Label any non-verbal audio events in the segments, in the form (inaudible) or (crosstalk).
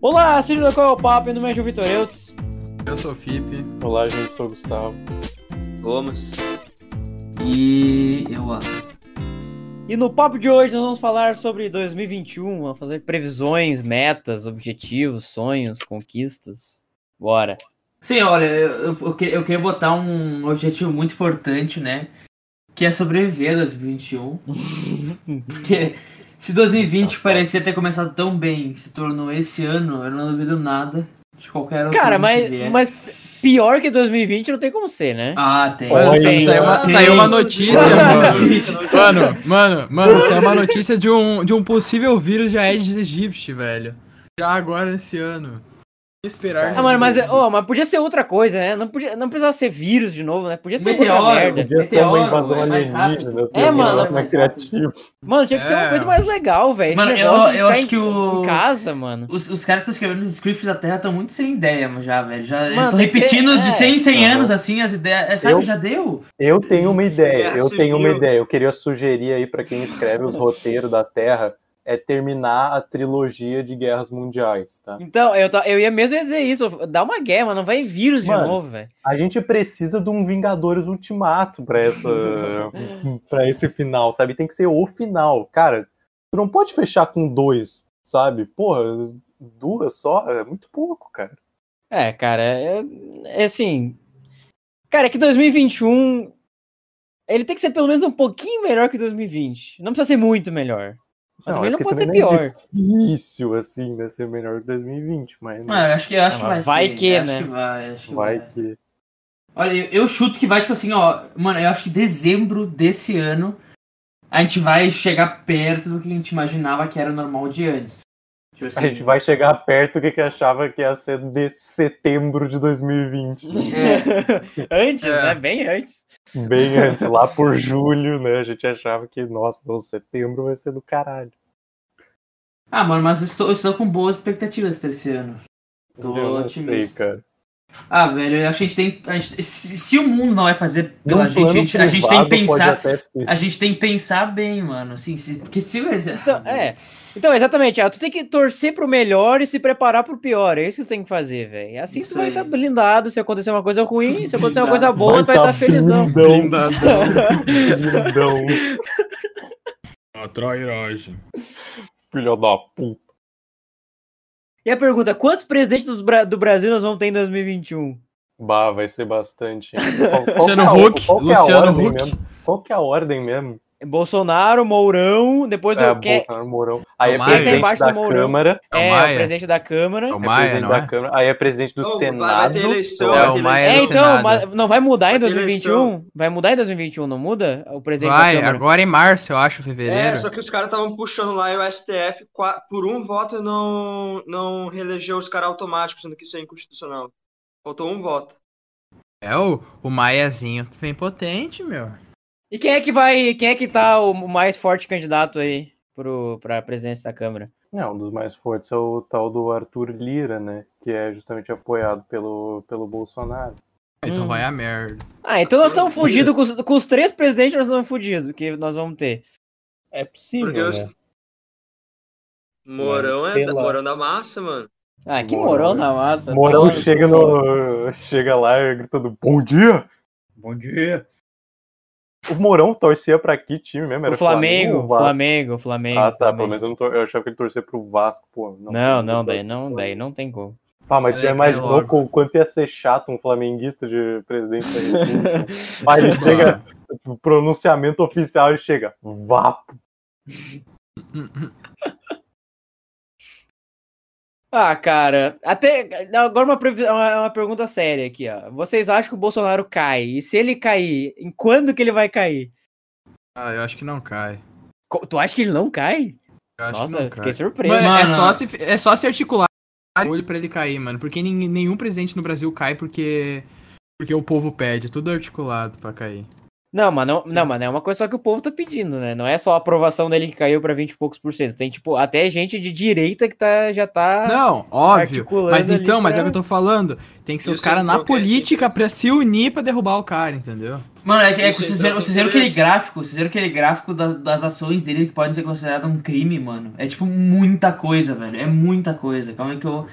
Olá, seja qual é o papo, meu nome é João Vitor Eutz. Eu sou o Fipe. Olá, gente, sou o Gustavo. Gomes. E eu amo. E no papo de hoje nós vamos falar sobre 2021, vamos fazer previsões, metas, objetivos, sonhos, conquistas. Bora. Sim, olha, eu, eu, eu que- eu queria botar um objetivo muito importante, né? Que é sobreviver a 2021. Porque se 2020 parecia ter começado tão bem, e se tornou esse ano, eu não duvido nada de qualquer outro Cara, ano mas, que vier. mas pior que 2020 não tem como ser, né? Ah, tem. é Olha, Mano, tem, saiu, uma, tem. saiu uma notícia, mano. Mano, mano, mano, saiu uma notícia de um, de um possível vírus de Aedes aegypti, velho. Já agora esse ano. Esperar. Ah, mano, mas, ô, mas podia ser outra coisa, né? Não, podia, não precisava ser vírus de novo, né? Podia ser outra Meteoro. merda. Podia ter uma invasão Meteoro, é mais alienígena, rápido. É, mano, mais criativo. Mano, tinha que ser É. uma coisa mais legal, velho. Esse Mano, eu- negócio de eu ficar acho em- que o- em casa, mano. Os, os caras que estão escrevendo os scripts da Terra estão muito sem ideia já, velho. Já, eles Mano, estão tem que ser- repetindo é. de 100 em 100 Aham. anos, assim, as ideias. É, Sabe, Eu- já deu? Eu tenho uma ideia, Guerra eu tenho uma Civil. ideia. Eu queria sugerir aí pra quem escreve os roteiros da Terra é terminar a trilogia de guerras mundiais, tá? Então, eu, ta- eu ia mesmo dizer isso. Dá uma guerra, mano. Não vai vírus de Mano, novo, velho. A gente precisa de um Vingadores Ultimato pra essa para esse final, sabe? Tem que ser o final, cara. Tu não pode fechar com dois, sabe? Porra, duas só é muito pouco, cara. É, cara, é, é assim. Cara, é que 2021. Ele tem que ser pelo menos um pouquinho melhor que 2020. Não precisa ser muito melhor. Mas também é não porque pode ser também não pior. É difícil assim, né? Ser melhor que 2020, mas né, Mano, eu acho que, eu acho Ah, que vai mas vai ser. que, eu acho né? que vai, acho que vai que. Olha, eu, eu chuto que vai, tipo assim, ó. Mano, eu acho que dezembro desse ano a gente vai chegar perto do que a gente imaginava que era normal de antes. Tipo assim, A gente vai chegar perto do que que achava que ia ser de setembro de (laughs) 2020. (laughs) antes, É. né? Bem antes. Bem antes, lá por julho, né? A gente achava que, nossa, não, setembro vai ser do caralho. Ah, mano, mas eu estou, eu estou com boas expectativas pra esse ano. Tô eu não sei, otimista. cara. Ah, velho, eu acho que a gente tem. a gente- se, se o mundo não vai fazer pela Num gente, a um plano gente, a gente tem privado que pode pensar. até ser. A gente tem que pensar bem, mano. Assim, se, porque se. Então, é. Então, exatamente. ah, tu tem que torcer pro melhor e se preparar pro pior. É isso que tu tem que fazer, velho. Assim Isso tu vai aí. estar blindado se acontecer uma coisa ruim. Se acontecer uma coisa Blindado. boa, tu vai estar tá felizão. (laughs) Blindão, blindão, A trairagem. filho da puta. E a pergunta: quantos presidentes dos Bra- do Brasil nós vamos ter em 2021? Bah, vai ser (laughs) bastante. hein? Qual- qual Luciano que é a- Huck, qual que é a Luciano ordem Huck. mesmo? Qual que é a ordem mesmo? Bolsonaro, Mourão, depois É, do que Bolsonaro, Mourão. Aí é Tomara. Quem tá presidente embaixo da do Mourão? Câmara. É o é, o Maia. presidente da Câmara. É o É Maia, presidente não da é? Câmara. Aí é presidente do Ô, vai- Senado. Vai ter eleição, É, vai ter o Maia É, do eleição. então, Senado. mas não vai mudar em Só que 2021? Vai mudar em 2021, não muda? O presidente da Vai, Câmara. agora em março, eu acho, É, fevereiro. só que os caras estavam puxando lá e o STF qua- por um voto não, não reelegeu os caras automáticos, sendo que isso é inconstitucional. Faltou um voto. É o, o Maiazinho bem potente, meu. E quem é que vai. Quem é que tá o mais forte candidato aí pro, pra presidência da Câmara? Não, um dos mais fortes é o tal do Arthur Lira, né? Que é justamente apoiado pelo, pelo Bolsonaro. Então Hum. vai a merda. Ah, então nós estamos fudidos com, os- com os três presidentes, nós estamos fudidos, que nós vamos ter. É possível, né? Porque os... Morão, é sei da, lá. Morão da massa, mano. Ah, que morão Mourão, na massa. tá Morão bom. chega, no, chega lá gritando, bom dia! Bom dia. O Morão torcia pra que time mesmo? Era O Flamengo, Vasco? Flamengo, Flamengo. Ah, tá, pelo Flamengo. menos eu, não tor... eu achava que ele torcia pro Vasco, pô. Não, torcia não, pro- daí não, daí não tem como. Pá, mas já Ele cai imaginou logo. o quanto ia ser chato um flamenguista de presidente da (laughs) República? Mas ele chega, o pronunciamento oficial, ele chega, vapo. Ah, cara, até agora uma, previ- uma, uma pergunta séria aqui, ó. Vocês acham que o Bolsonaro cai? E se ele cair, em quando que ele vai cair? Ah, eu acho que não cai. Co- Tu acha que ele não cai? Eu acho Nossa, que não cai. fiquei surpreso. Mano, é, Mano. só se, é só se articular o olho pra ele cair, mano. Porque nin- nenhum presidente no Brasil cai porque, porque o povo pede. É Tudo articulado pra cair. Não, mas não, não, mas não é uma coisa só que o povo tá pedindo, né? Não é só a aprovação dele que caiu pra 20 e poucos por cento. Tem, tipo, até gente de direita que tá, já tá. Não, óbvio. articulando Mas ali então, mas é o pra- que eu tô falando. Tem que ser os Isso caras na então quer dizer- política pra se unir pra derrubar o cara, entendeu? Mano, é que é que Isso, vocês então, viram, tem vocês viram que ver aquele isso. gráfico, vocês viram aquele gráfico da- das ações dele que podem ser consideradas um crime, mano. É tipo muita coisa, velho. É muita coisa. Calma aí que eu.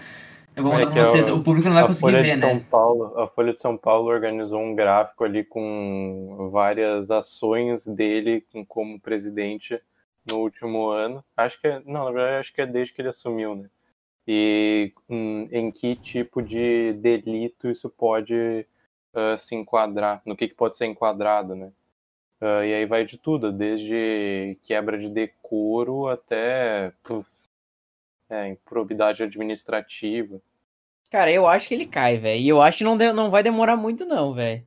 Eu vou mandar É que pra vocês. a- O público não vai a conseguir Folha ver, de São né? Paulo, a Folha de São Paulo organizou um gráfico ali com várias ações dele com- como presidente no último ano. Acho que é, não, na verdade acho que é desde que ele assumiu, né? E hum, em que tipo de delito isso pode ah, se enquadrar? No que, que pode ser enquadrado, né? Ah, e aí vai de tudo, desde quebra de decoro até puf, é, improbidade administrativa. Cara, eu acho que ele cai, velho. E eu acho que não, de- não vai demorar muito, não, velho.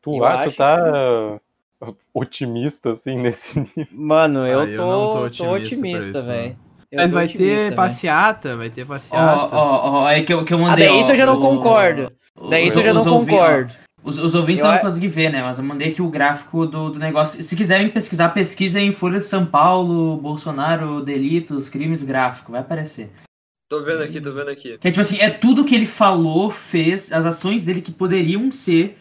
Tu, Eu ah, acho tu tá uh, otimista, assim, nesse nível. Mano, eu, Ah, eu tô, não tô tô otimista pra otimista, isso, velho. Eu Mas tô vai otimista, ter velho. passeata, vai ter Ó, passeata. ó, ó, é que eu, que eu Ah, mandei. daí isso ó, eu já não o- concordo. o- Daí isso eu já os não ouvi- ó, concordo. Os, os ouvintes Eu não a- vão conseguir ver, né? Mas eu mandei aqui o gráfico do, do negócio. Se quiserem pesquisar, pesquisa em Folha de São Paulo, Bolsonaro, delitos, crimes, gráfico. Vai aparecer. Tô vendo aqui, tô vendo aqui. Que é tipo assim, é tudo que ele falou, fez, as ações dele que poderiam ser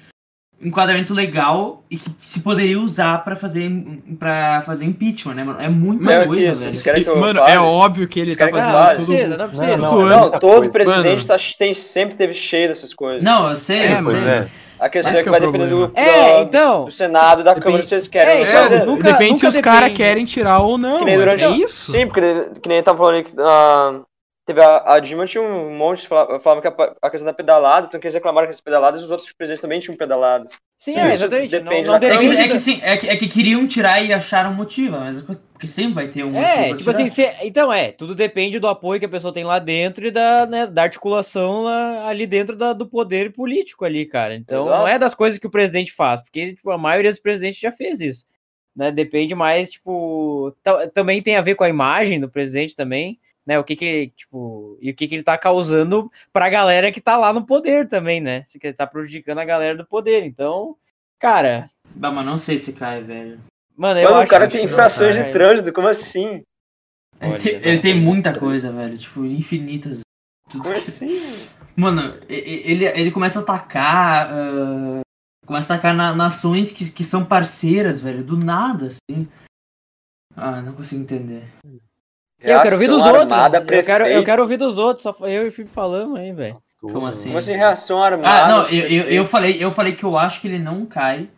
um enquadramento legal e que se poderia usar pra fazer para fazer impeachment, né, mano? É muita Maior que coisa, isso, velho. isso Querem que eu Mano, fale? é óbvio que ele Vocês tá querem que eu fazendo Ah, fale? não tudo. precisa, não precisa. Não, é não, muita Todo coisa. presidente Mano. tá, tem, sempre teve cheio dessas coisas. Não, eu sei, É, eu mano. sei. Pois é. A questão Mas é que esse é vai o depender do, problema. É, do- então. do Senado, da Câmara, Depende- se vocês querem. É, não fazer. É, nunca- depende se nunca os caras depende. querem tirar ou não. Que nem mas durante- É isso. Sim, porque que nem tava falando aí que ah, teve a, a Dilma tinha um monte, fala- falavam que a, pa- a questão da pedalada, então que eles reclamaram que as pedaladas, os outros presidentes também tinham pedaladas. Sim, Sim, é, isso exatamente. Não- depende da- não É que, depende é da- que sim, é que, é que queriam tirar e acharam motivo, mas porque sempre vai ter um Hum, motivo. É, tipo pra tirar. né? assim, cê- então é, tudo depende do apoio que a pessoa tem lá dentro e da, né, da articulação lá- ali dentro da- do poder político ali, cara. Então não é das coisas que o presidente faz, porque tipo, a maioria dos presidentes já fez isso. Né? Depende mais, tipo, ta- também tem a ver com a imagem do presidente também, né? O que que ele, tipo, e o que que ele tá causando pra galera que tá lá no poder também, né? Se que ele tá prejudicando a galera do poder. Então, cara, Bah, mas não sei se cai, velho. mano, eu Mano, o acho cara que- é tem infrações cara, de trânsito, como assim? Ele Olha, tem, essa ele tem cena. muita coisa, velho. Tipo, infinitas. (laughs) Tudo Como que- assim? Mano, e- e- ele, ele começa a atacar. ah, começa a atacar na- nações que, que são parceiras, velho. Do nada, assim. Ah, não consigo entender. Eu quero ouvir dos Reação outros. armada, Eu quero, eu prefeito. quero ouvir dos outros, só eu e o Felipe falando aí, velho. Como assim? Como assim, reação armada? tipo, Ah, não, eu, eu, prefeito? eu falei, eu falei que eu acho que ele não cai.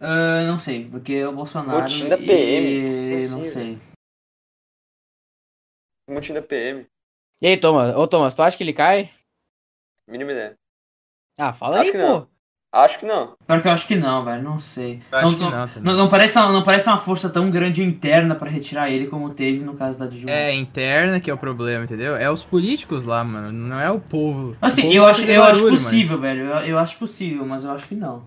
Ah, não sei, porque o Bolsonaro. Motim da e- PM, Não possível. sei. Motim da PM, E aí, Thomas? Ô, Thomas, tu acha que ele cai? mínima ideia. Ah, fala Acho aí, que pô. não. Acho que não. Pior que eu acho que não, velho. Não sei. Eu acho não, que não- não também. não- não parece, uma, não parece uma força tão grande interna pra retirar ele como teve no caso da Dilma. É interna que é o problema, entendeu? É os políticos lá, mano. Não é o povo. O Assim, povo eu vai acho, fazer eu acho tipo barulho, mas- possível, velho. Eu, eu acho possível, mas eu acho que não.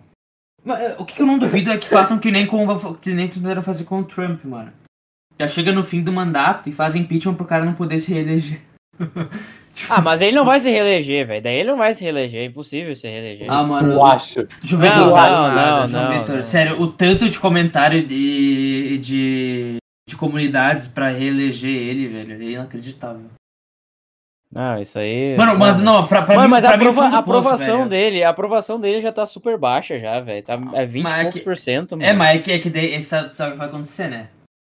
Mas, eh, o que, que eu não duvido é que façam que nem, com, que nem tentaram fazer com o Trump, mano. Já chega no fim do mandato e fazem impeachment pro cara não poder se reeleger. Ah, mas ele não vai se reeleger, velho. Daí ele não vai se reeleger. É impossível se reeleger. Ah, mano. Tu acha? João não, Vitor, não, vai- não, nada, não, João não, Vitor, é sério, o tanto de comentário e e de, de comunidades pra reeleger ele, velho, é inacreditável. Não, isso aí. Mano, mas não, pra, pra Mano, mim, mas a, pra mim aprova- é fundo a do poço, aprovação velho. dele, a aprovação dele já tá super baixa já, velho. Tá é 20 Mas é poucos que- por cento, mano. É, mas é que, é que, daí- é que sabe, sabe o que vai acontecer, né?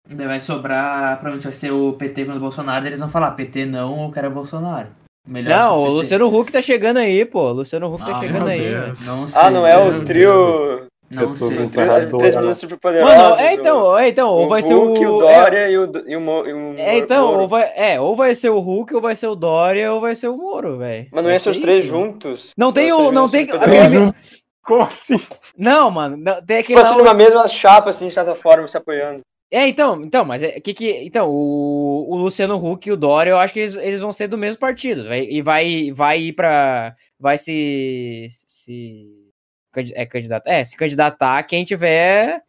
Daí vai sobrar, provavelmente vai ser o PT contra o Bolsonaro, daí eles vão falar, PT não, eu quero é Bolsonaro. Melhor Não, que o PT. Luciano Huck tá chegando aí, pô. O Luciano Huck tá Ah, chegando meu aí, Deus. velho. Não sei. Ah, não é Meu o trio. Não Eu tô sei. É O vendo. trio das Ferradora, três né? meninas superpoderosas. Mano, é então, é então, o, ou vai ser Hulk, o. o Dória e o, e o, Mo- e o É, então, Moro. ou vai, é, ou vai ser o Hulk, ou vai ser o Dória, ou vai ser o Moro, velho. Mas não Vai é ia ser os ser três isso, né? mano. juntos? Não tem Elas o- três não meninas tem- superpoderosas. Uhum. aquele- Como assim? Não, mano, não, tem aquele Tipo lá, assim, numa mesma chapa, assim, de certa forma, se apoiando. É, então, então, mas é que que então o, o Luciano Huck e o Dória, eu acho que eles, eles vão ser do mesmo partido, vai- e vai vai ir pra... vai se se candi- é candidato, é, se candidatar quem tiver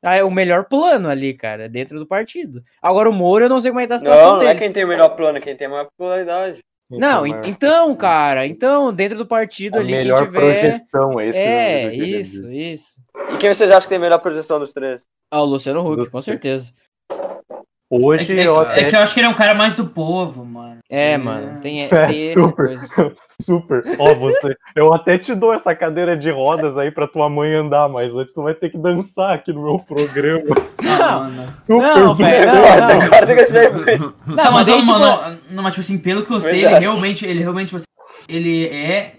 ah, o melhor plano ali, cara, dentro do partido. Agora o Moro, eu não sei como é que tá a situação Não, não dele. é quem tem o melhor plano, é quem tem a maior popularidade. Não, en- mas então, cara, então, dentro do partido a ali, quem melhor tiver... projeção, é isso que eu É, queria dizer. isso, isso. E quem vocês acham que tem a melhor projeção dos três? Ah, o Luciano Huck, Luciano. com certeza. É que, Hoje é eu que- até é que eu acho que ele é um cara mais do povo, mano. É, É. mano, tem, É, tem essa super. coisa. super. Ó, você, eu até te dou essa cadeira de rodas aí pra tua mãe andar, mas antes tu vai ter que dançar aqui no meu programa. Ah, Não. Ah, mano. Super. Não, (laughs) velho, É, não, Guarda que eu achei. não. Tá, Não, mas, mas aí, ô, tipo, mano, não, mas tipo assim, pelo que eu sei, ele Verdade. realmente, ele realmente tipo assim, ele é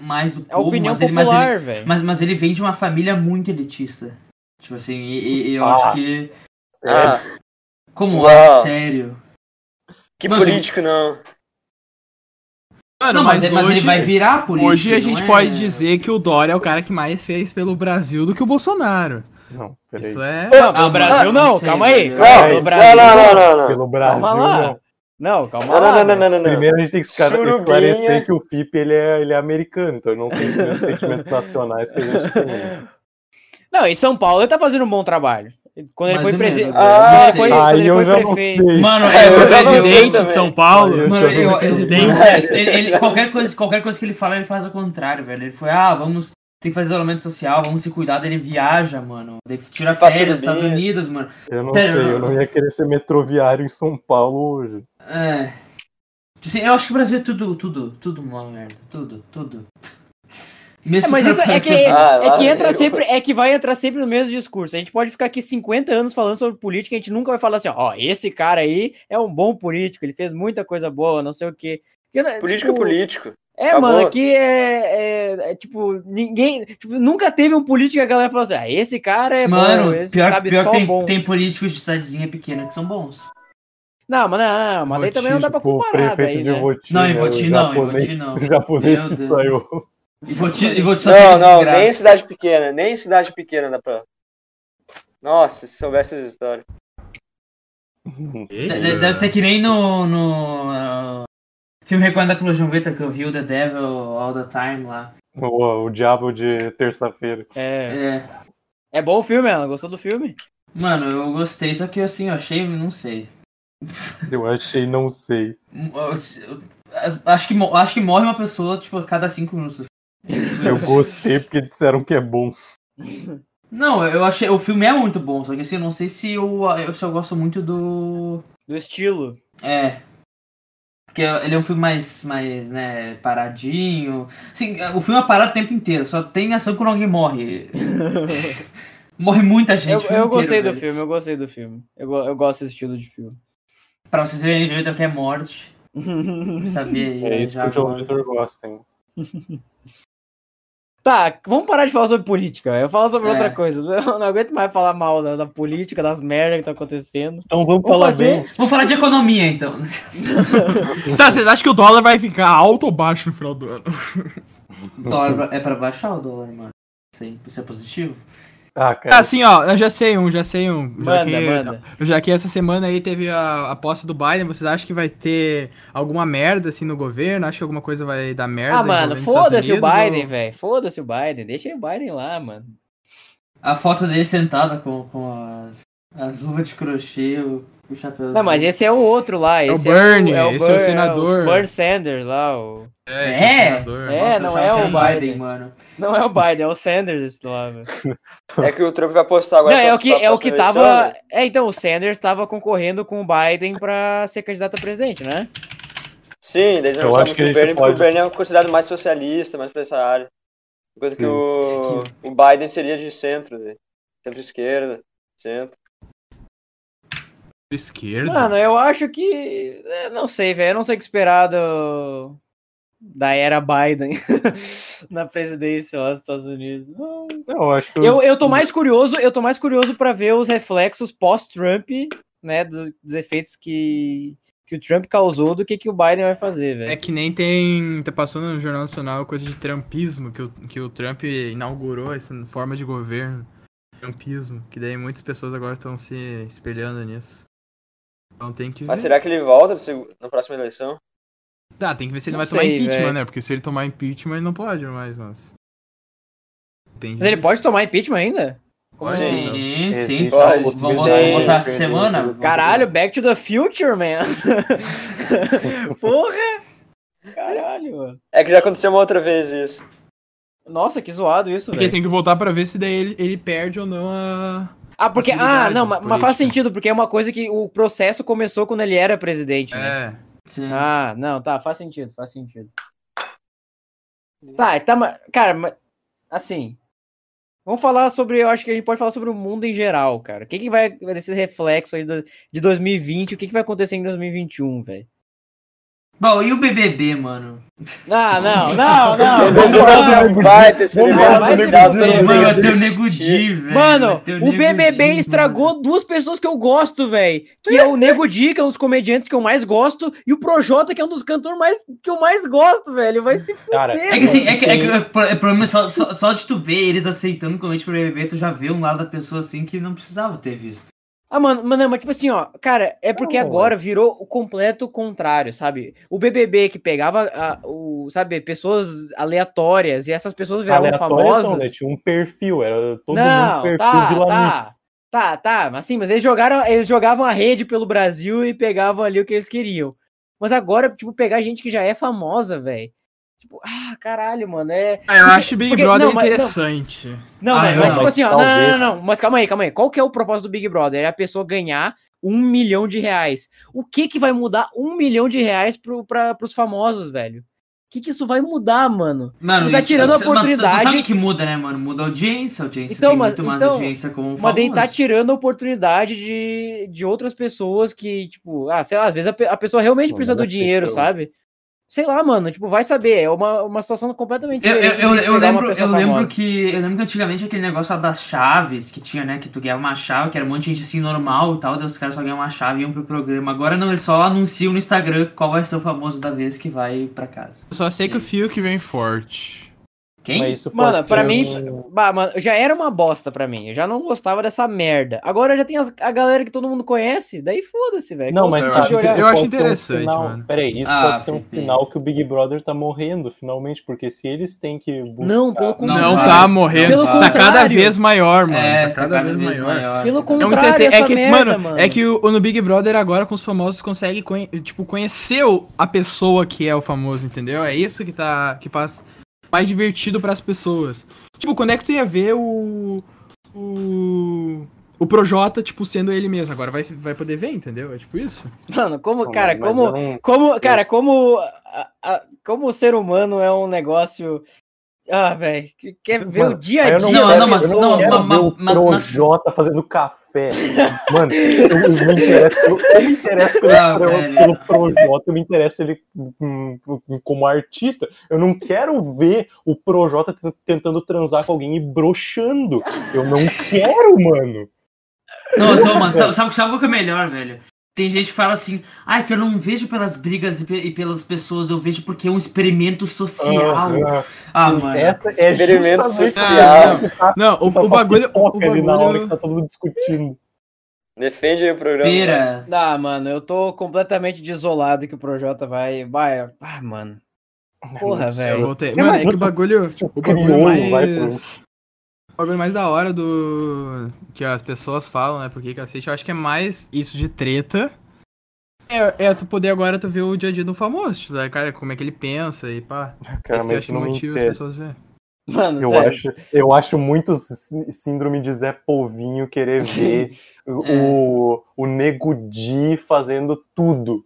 mais do É povo, opinião mas, ele, mas, ele, popular, velho. mas, mas ele vem de uma família muito elitista. Tipo assim, e- e eu Ah. acho que. É, Ah, Como Uau. é sério? que Mano, político não. Mano, Não, mas, é- mas Ah, hoje, ele vai virar político. hoje a não gente é- pode dizer que o Dória é o cara que mais fez pelo Brasil do que o Bolsonaro. Não, peraí. Isso é. Não, Ah, pelo Brasil mas- não, não é sei, calma aí. velho. Não, Calma, pelo não, Brasil, não, não, não, não. Pelo Brasil, né? Calma lá. não. Não, calma Não, lá. não, não, velho. não, não, não. Primeiro a gente tem que esclare- Surubinha. esclarecer que o FIP ele é, ele é americano, então ele não tem os (laughs) mesmos sentimentos nacionais que a gente tem. Não, em São Paulo ele tá fazendo um bom trabalho. Quando ele Mais foi ou presidente. menos, Quando né? Ah, ele foi, Não sei. quando Aí ele eu foi já não prefeito. sei. Mano, É, eu, eu tava eu- vendo. presidente de São Paulo. Eu Mano, já vi eu- eu- presidente. é, ele- ele- qualquer, coisa, qualquer coisa que ele fala, ele faz ao contrário, velho. Ele foi, ah, vamos. Tem que fazer isolamento social, vamos se cuidar. daí Ele viaja, mano. Ele tira Passa férias nos do Estados bem. Unidos, mano. Eu não Sério, sei, eu não. não ia querer ser metroviário em São Paulo hoje. É. Tipo assim, eu acho que o Brasil é tudo, tudo, tudo uma merda. Tudo, tudo. Mesmo É, mas isso é que, Ah, é que lá, entra eu- sempre, é que vai entrar sempre no mesmo discurso. A gente pode ficar aqui 50 anos falando sobre política, a gente nunca vai falar assim, ó, esse cara aí é um bom político, ele fez muita coisa boa, não sei o quê. Porque, né, Político é tipo, político. É, acabou. mano, aqui é, é- é, tipo, ninguém, tipo, nunca teve um político que a galera falou assim, ah, esse cara é Mano, bom, esse pior, sabe pior só que tem, bom. tem políticos de cidadezinha pequena que são bons. Não, mas não, não, não, mas daí também não dá pra Tipo, o comparar prefeito daí, de né? Votinha. Não, em Votinha o não, em japonês- (laughs) Votinha não. O japonês Meu que Deus. saiu. E vou te, e vou te só Não, ter não, desgraça. nem cidade pequena, nem cidade pequena dá pra. Nossa, se soubesse as histórias. De- de- Deve ser que nem no. no ah, filme recomendado pelo João Vitor que eu vi, o The Devil All the Time lá. O, o diabo de terça-feira. É, É. é bom o filme, Alan, gostou do filme? Mano, eu gostei, só que assim, eu achei, não sei. Eu achei, não sei. Hum, eu- eu- Acho que, mo- acho que morre uma pessoa, tipo, a cada cinco minutos. Eu gostei porque disseram que é bom. Não, eu achei. O filme é muito bom, só que assim, eu não sei se eu, eu, se eu gosto muito do. Do (laughs) estilo. É. Porque ele é um filme mais, mais né, paradinho. Assim, o filme é parado o tempo inteiro, só tem ação quando alguém morre. (laughs) morre muita gente. eu o filme eu inteiro, né? gostei do velho. filme, eu gostei do filme. Eu, go- eu gosto desse estilo de filme. Pra vocês verem de jeito que é morte. Sabia aí. É isso já que o João agora. Vitor gosta, hein? (laughs) Tá, vamos parar de falar sobre política. Eu falo sobre É. outra coisa. (laughs) Eu não aguento mais falar mal da, da política, das merdas que tá acontecendo. Então vamos Vou falar fazer- bem. Vamos falar de economia então. Tá, vocês acham que o dólar vai ficar alto ou baixo no final do ano? (laughs) dólar é pra baixar o dólar, mano? Sim, isso é positivo? Ah, cara. Tá, assim, ó, eu já sei um, já sei um. já Manda, que, manda. Já que essa semana aí teve a, a posse do Biden, vocês acham que vai ter alguma merda assim no governo? Acha que alguma coisa vai dar merda? Ah, mano, envolvendo os Estados foda-se o Unidos, ou- Biden, velho. Foda-se o Biden. Deixa o Biden lá, mano. A foto dele sentada com, com as, as luvas de crochê, o, o chapéu. Não, mas esse é o outro lá. É o Esse Bernie, esse é o Bern- senador. o Bernie Sanders lá. o- É, É? esse senador. É, Nossa, não eu é tava o com Biden. mano. Não é o Biden, é o Sanders esse lá, velho. É que o Trump vai postar Não, agora. é pra- o que, pra é o que próxima tava. eleição, né? É, então, o Sanders tava concorrendo com o Biden pra ser candidato a presidente, né? Sim, desde Eu não acho sabe que que a o gente Bernie, porque pode- o Bernie é considerado mais socialista, mais pra essa área. Coisa que Sim. o, o Biden seria de centro, né? centro-esquerda, centro. Esquerda. Mano, eu acho que. é, Não sei, velho. Eu não sei o que esperar do... da era Biden (laughs) na presidência lá dos Estados Unidos. Não. Não, acho que Eu, eu tô mais curioso, eu tô mais curioso para ver os reflexos pós-Trump, né? do- dos efeitos que, que o Trump causou do que, que o Biden vai fazer, É velho. que nem tem. Tá passando no Jornal Nacional coisa de trampismo, que o, que o Trump inaugurou essa forma de governo. Trampismo. Que daí muitas pessoas agora estão se espelhando nisso. Então tem que ver. Uhum. Mas será que ele volta no seg- na próxima eleição? Ah, tem que ver se ele Não vai tomar sei, impeachment, velho. né? Porque se ele tomar impeachment, ele não pode mais, mas. Depende. Mas ele pode tomar impeachment ainda? Pode, assim? não. Sim, sim. Existe Vamos a vamos- vamos possibilidade. votar essa semana? Caralho, back to the future, (laughs) man. Porra! Caralho, mano. É que já aconteceu uma outra vez isso. Nossa, que zoado isso, Porque velho. tem que voltar pra ver se daí ele, ele perde ou não a. Ah, porque. Ah, possibilidade não, ma- mas faz política. sentido, porque é uma coisa que o processo começou quando ele era presidente, né? É. Sim. Ah, não, tá, faz sentido, faz sentido. Tá, tá, ma- cara, ma- assim. Vamos falar sobre. Eu acho que a gente pode falar sobre o mundo em geral, cara. O que, que vai. um, Desse reflexo aí do- de 2020, o que, que vai acontecer em 2021, velho? Bom, e o BBB, mano? Não, não, não, Ah, não. Vamos falar do Nego Di. Baita experimento Vai se social fuder, Mano, também, eu vai ter o assistir. Nego Di, velho. Mano, É, vai ter o Nego Di, BBB mano. estragou duas pessoas que eu gosto, velho. Que é o Nego Di, que é um dos comediantes que eu mais gosto, e o Projota, que é um dos cantores mais, que eu mais gosto, velho. Vai se fuder. Cara, É que assim, é que, é que é pro- é problema só, só, só de tu ver eles aceitando convite pro BBB, tu já vê um lado da pessoa assim que não precisava ter visto. Ah, mano, mano, não, mas tipo assim, ó, cara, é porque Não. agora virou o completo contrário, sabe? O BBB que pegava, ah, o, sabe, pessoas aleatórias e essas pessoas viravam Aleatório, famosas. então, Tipo, né? Tinha um perfil, era todo mundo não, um perfil de tá, tá, Lamix. tá, tá, mas assim, mas eles jogaram, eles jogavam a rede pelo Brasil e pegavam ali o que eles queriam. Mas agora, tipo, pegar gente que já é famosa, velho. Tipo, ah, caralho, mano, é... Ah, eu acho Big porque- Brother não, mas- não. interessante. Não, Ah, mas, eu mas não. tipo assim, ó, não, Talvez. não, não, não, mas calma aí, calma aí. Qual que é o propósito do Big Brother? É a pessoa ganhar um milhão de reais. O que que vai mudar um milhão de reais pro, pra, pros famosos, velho? O que que isso vai mudar, mano? Mano, Tu tá tirando a mas tu- tu oportunidade. sabe que muda, né, mano? Muda a audiência, a audiência Então, tem mas- muito mais então, audiência como um Mas daí tá famoso. tirando a oportunidade de, de outras pessoas que, tipo, ah, sei lá, às vezes a, pe- a pessoa realmente Não, precisa mas do a dinheiro, pessoa- sabe? Sei lá, mano, tipo, vai saber. É uma, uma situação completamente Eu, eu, diferente eu, de pegar eu uma lembro, eu pessoa lembro famosa. que. Eu lembro que antigamente aquele negócio lá das chaves que tinha, né? Que tu ganhava uma chave, que era um monte de gente assim normal e tal, daí os caras só ganhavam uma chave e iam pro programa. Agora não, eles só anunciam no Instagram qual vai ser o famoso da vez que vai pra casa. Eu só sei que o Fio que vem forte. Quem? Mas isso Mano, pode pra ser um mim- Bah, mano, já era uma bosta pra mim. Eu já não gostava dessa merda. Agora já tem as- a galera que todo mundo conhece. Daí foda-se, velho. Não, Como mas você eu tá, pode acho olhar? que- eu pode acho ser um interessante, sinal- mano. Peraí, isso Ah, pode ser um Felipe. sinal que o Big Brother tá morrendo, finalmente, porque se eles têm que buscar... Não, pelo Não, Não, contrário. vai. tá morrendo. Pelo tá cada contrário. vez maior, mano. é, tá cada, vez, maior. Tá Pelo É um contrário, entrete- essa é que, merda, mano, mano. é que o, no Big Brother agora com os famosos consegue conhe- tipo conhecer o- a pessoa que é o famoso, entendeu? É isso que tá que faz mais divertido pras pessoas. Tipo, quando é que tu ia ver o o o Projota, tipo, sendo ele mesmo. Agora vai, vai poder ver, entendeu? É tipo isso. Mano, como, tá. Não, cara, mas como, eu não- como, cara, como, a- a- como o ser humano é um negócio. Ah, velho, que quer ver o Mano, dia a eu é dia. né, não- da não, mas- pessoa. não, quero mas- ver o mas- mas- Projota fazendo café. Mano, eu, eu me interesso, eu, eu me interesso pelo, Ah, pro- velho. pelo Projota, eu me interesso ele hum, como artista. Eu não quero ver o Projota t- tentando transar com alguém e broxando. Eu não quero, mano. Não, só, mano, sabe, sabe, sabe o que é melhor, velho? Tem gente que fala assim, ai, que eu não vejo pelas brigas e, pe- e pelas pessoas, eu vejo porque é um experimento social. Ah, Ah, mano. Essa é Experimento justamente social. que tá- Não, o, tá o com a bagulho o pipoca ali na hora que bagulho tá todo mundo discutindo. Defende aí o programa. né? Pera. Ah, mano, eu tô completamente desolado que o Projota vai. Vai. Ah, mano. Porra, Eu velho. voltei. É, Mano, mas é que o você- bagulho. você O bagulho criou, mais. vai pro- O bagulho mais da hora do. Que as pessoas falam, né? Porque cacete, eu acho que é mais isso de treta. É, é tu poder agora tu ver o dia a dia do famoso, né, cara, como é que ele pensa e pá. Cara, Esse que eu mas acho não me motivo as interessa. pessoas verem. Mano, Eu sério. acho, eu acho muito sí- síndrome de Zé Polvinho querer ver É. o, o Nego Di fazendo tudo.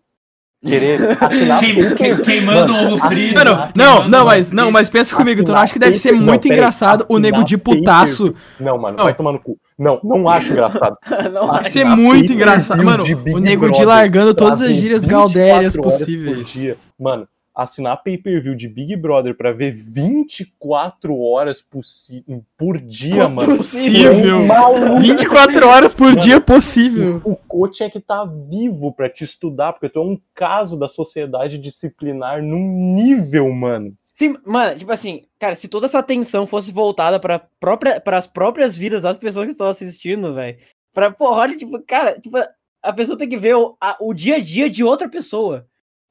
Querer (laughs) assinar Quem- paper- quem- queimando o ovo frito. Mano, queimando não, o não, ovo mas frito. não, mas pensa comigo, tu não acha que deve ser Assinar muito paper- engraçado o nego assinar de putaço? Não, mano, Não. vai tomar no cu. Não, não acho engraçado. (laughs) Não Acho Deve ser assinar muito paper engraçado. view Mano, de Big o nego de Brother largando todas as Trazer gírias 24 gaudérias horas por possíveis. dia. Mano, assinar pay-per-view de Big Brother pra ver 24 horas possi- por é dia, mano. Possível. É um maluco. 24 horas por Mano, dia possível. O coach é que tá vivo pra te estudar, porque tu é um caso da sociedade disciplinar num nível, mano. Sim, mano, tipo assim, cara, se toda essa atenção fosse voltada para própria, as próprias vidas das pessoas que estão assistindo, velho. Pra, porra, olha, tipo, cara, tipo, a pessoa tem que ver o, a- o dia a dia de outra pessoa.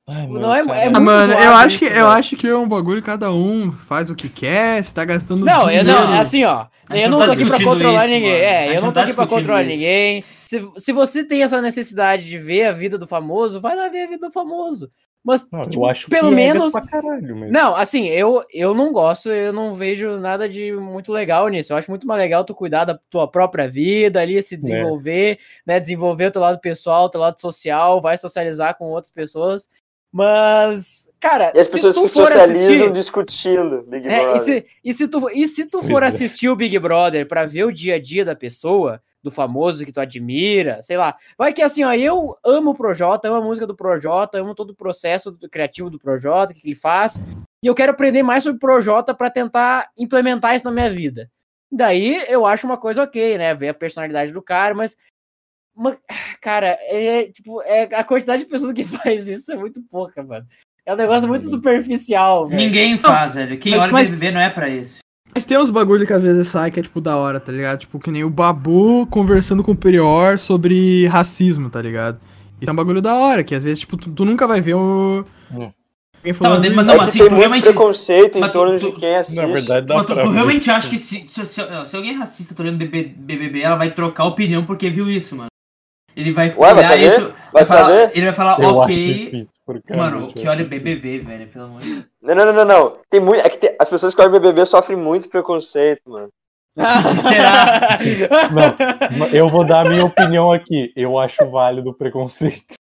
Ai, Não, é- cara. é Ah, muito- mano, eu zoado acho que isso, eu velho. acho que é um bagulho cada um faz o que quer, se tá gastando Não, eu dinheiro. não, é assim, ó. A gente Eu não não tá tô aqui pra discutindo controlar isso, ninguém. mano. A É, gente eu não não tô tá aqui pra discutindo controlar isso. ninguém. Se, se você tem essa necessidade de ver a vida do famoso, vai lá ver a vida do famoso. Mas, Não, eu tipo, acho pelo que menos. É pra caralho, mas... Não, assim, eu, eu não gosto, eu não vejo nada de muito legal nisso. Eu acho muito mais legal tu cuidar da tua própria vida ali, se desenvolver, né? Desenvolver o teu lado pessoal, o teu lado social, vai socializar com outras pessoas. Mas, cara, E as se pessoas tu que for socializam assistir- discutindo, Big é, Brother. e se, e se tu, e se tu Pois for é. assistir o Big Brother pra ver o dia a dia da pessoa, do famoso que tu admira, sei lá. Vai que assim, ó, eu amo o Projota, amo a música do Projota, amo todo o processo do- criativo do Projota, o que que ele faz, e eu quero aprender mais sobre o Projota pra tentar implementar isso na minha vida. Daí eu acho uma coisa ok, né? Ver a personalidade do cara, mas. ma- Cara, é, tipo, é, a quantidade de pessoas que (laughs) faz isso é muito pouca, mano. É um negócio Uhum. muito superficial, velho. Ninguém faz, velho. Quem Mas- olha mas- BBB não é pra isso. Mas tem uns bagulho que às vezes sai que é, tipo, da hora, tá ligado? Tipo, que nem o Babu conversando com o Prior sobre racismo, tá ligado? Isso é um bagulho da hora, que às vezes, tipo, tu, tu nunca vai ver o... Hum. Alguém falando... mas- mas isso. não, mas assim, É que tem tu muito realmente- preconceito em mas tu- torno tu- de quem assiste. Na verdade, dá Mas tu, pra tu ver. realmente acha que se, se, se- se alguém é racista tá olhando BB BBB, ela vai trocar opinião porque viu isso, mano. Ele vai Ué, vai saber? Vai falar- saber? ele vai (laughs) falar, Eu acho ok. difícil, por causa Mano, de- que olha BBB, velho, pelo amor de Deus. Não, não, não, não, não. Tem muito. É que tem- as pessoas que olham BBB sofrem muito preconceito, mano. Que será? Não, eu vou dar a minha opinião aqui. Eu acho válido o preconceito.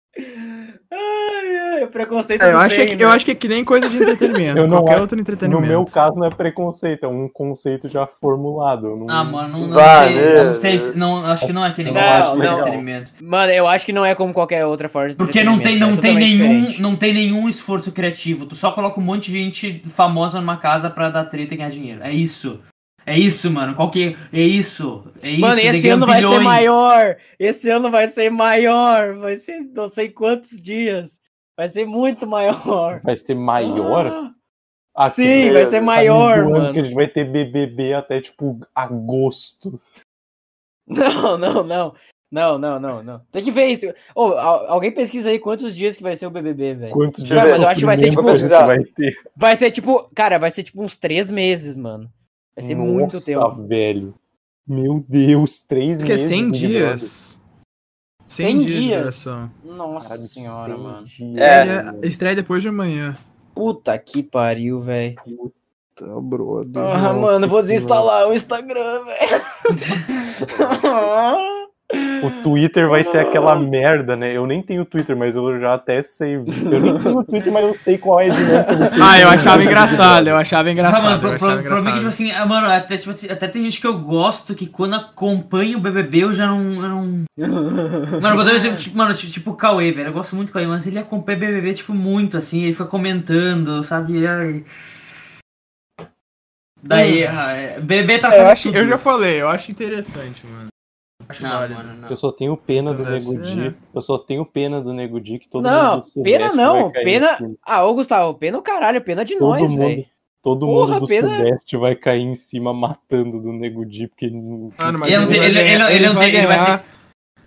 Ai, ai, o preconceito É, eu, não acho tem, que, né? eu acho que é que nem coisa de entretenimento, Eu não qualquer acho- outro No entretenimento. meu caso, não é preconceito, é um conceito já formulado. Eu não- Ah, mano, não, não Vai, sei. né? Não sei se- não, acho que não é aquele Não, negócio de não. entretenimento. Mano, eu acho que não é como qualquer outra forma de Porque não tem, entretenimento, não é tem totalmente nenhum, diferente. não tem nenhum esforço criativo. Tu só coloca um monte de gente famosa numa casa pra dar treta e ganhar dinheiro. É isso. É isso, mano. Qual que é isso? É isso. Mano, Eles esse ganham ano vai ser bilhões. maior. Esse ano vai ser maior. Vai ser não sei quantos dias. Vai ser muito maior. Vai ser maior? Ah, Ah, Sim, tá vai ser me maior, zoando mano. (laughs) Que a gente vai ter BBB até, tipo, agosto. Não, não, não. Não, não, não, não. Tem que ver isso. Ô, al- alguém pesquisa aí quantos dias que vai ser o BBB, velho. Quantos Cara, dias de mas eu acho que vai ser, sofrimento tipo, a gente pesquisar. vai ter? Vai ser tipo, cara, vai ser tipo uns três meses, mano. Vai ser muito Nossa, tempo. velho. Meu Deus, três Acho que é meses. 100 do Big Brother. dias. 100, 100 dias de dias. duração. Nossa Caralho, senhora, 100 mano. dias, É. Ele é- estreia depois de amanhã. Puta que pariu, velho. Puta, brother. Ah, mano, eu vou desinstalar o Instagram, velho. O Twitter vai ser aquela merda, né? Eu nem tenho Twitter, mas eu já até sei. Eu nem tenho Twitter, mas eu sei qual é a dinâmica do Twitter. Ah, eu achava engraçado, eu achava Ah, engraçado. mano, eu pro- achava pro- problema é que, tipo engraçado. assim, ah, mano, até, tipo assim, até tem gente que eu gosto que quando acompanha o BBB eu já não. eu (laughs) não- Mano, eu vou dar um exemplo, tipo, mano, tipo, tipo o Cauê, velho. Eu gosto muito do Cauê, mas ele acompanha o BBB, tipo, muito, assim. Ele foi comentando, sabe? Ai. Daí, ah, é, BBB tá Eu, com acho- tudo. eu já falei, eu acho interessante, mano. Acho Não, válido. mano, não. Eu só tenho pena do Então deve Nego ser, né? Di. Eu só tenho pena do Nego Di que todo Não, mundo. do pena Sudeste não, vai cair em pena- cima. (laughs) ah, ô Gustavo, pena o caralho, pena de Todo nós, mundo. velho. Todo Porra, mundo do pena- Sudeste vai cair em cima matando do Nego Di, porque. não- Mano, mas Ele não tem- ele- ele não- ele não tem- ele vai ganhar-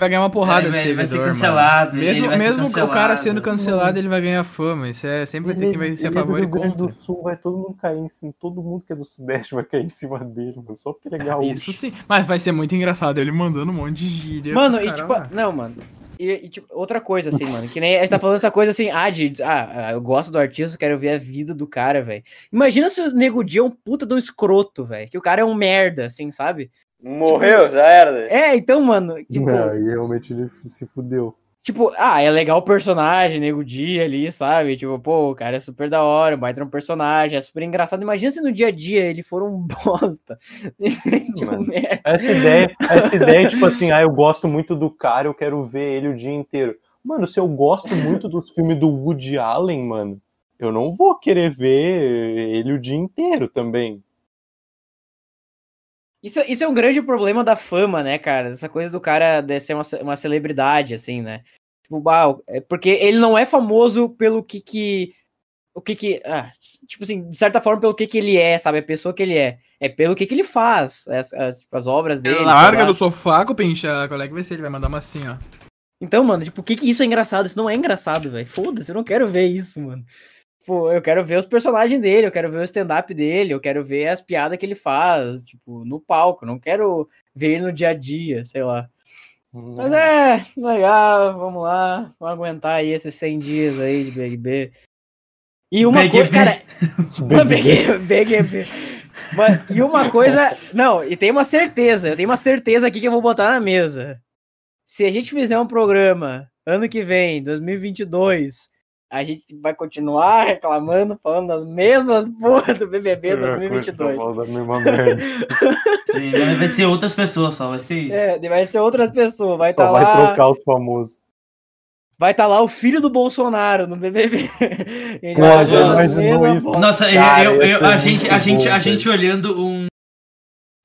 vai ganhar uma porrada Ele de vai- ele vai ser servidor, mano. cancelado, ele Mesmo, vai ser mesmo o cara cancelado. sendo cancelado, ele vai ganhar fama. Isso é, sempre vai ter quem vai ser a né? Ele é do favor e Rio Grande contra. do Sul vai todo mundo cair em cima, todo mundo que é do Sudeste vai cair em cima dele, mano. Só porque ele é gaúcho. Ah, Isso sim. Mas vai ser muito engraçado ele mandando um monte de gíria. Mano, pros e caras tipo, lá. não, mano. E, e, tipo, outra coisa, assim, mano, que nem a gente tá falando essa coisa assim, ah, de, ah, ah, eu gosto do artista, eu quero ver a vida do cara, velho. Imagina se o Nego Di é um puta de um escroto, velho, que o cara é um merda, assim, sabe? Morreu, já era. né? daí. É, então, mano, tipo, É, e realmente ele se fudeu. Tipo, ah, é legal o personagem, nego dia ali, sabe? Tipo, pô, o cara é super da hora, vai ter um personagem, é super engraçado. Imagina se no dia a dia ele for um (laughs) bosta. tipo, Mano. merda. Essa ideia, essa ideia é tipo assim, ah, eu gosto muito do cara, eu quero ver ele o dia inteiro. Mano, se eu gosto muito dos filmes do Woody Allen, mano, eu não vou querer ver ele o dia inteiro também. Isso, isso é um grande problema da fama, né, cara? Essa coisa do cara de ser uma, ce- uma celebridade, assim, né? Tipo, bah, o- é porque ele não é famoso pelo que que. O que que. ah, tipo assim, de certa forma, pelo que que ele é, sabe? A pessoa que ele é. É pelo que que ele faz, as, as, tipo, as obras dele. sei Larga lá. do sofá, Copincha. Qual é que vai ser? Ele vai mandar uma assim, ó. Então, mano, tipo, o que que isso é engraçado? Isso não é engraçado, velho. Foda-se, eu não quero ver isso, mano. Pô, eu quero ver os personagens dele, eu quero ver o stand-up dele, eu quero ver as piadas que ele faz, tipo, no palco. eu Não quero ver ele no dia a dia, sei lá. Mas é, legal, vamos lá. Vamos aguentar aí esses 100 dias aí de BGB. E uma BGB. coisa, cara... Bem- BGB. Mas, e uma coisa... Não, e tem uma certeza, eu tenho uma certeza aqui que eu vou botar na mesa se a gente fizer um programa ano que vem, 2022, a gente vai continuar reclamando, falando das mesmas porras do É, BBB 2022. Tá falando a mesma merda. Sim, vai- vai ser outras pessoas só, vai ser isso. É, vai ser outras pessoas, vai Só estar tá vai lá... trocar os famosos. Vai estar lá o filho do Bolsonaro no BBB. Ele Pô, vai já falar, é imaginou "Cena, isso?" pô." Nossa, eu- Cara, eu, eu- essa é a, gente, a, muito gente, boa, a gente olhando um.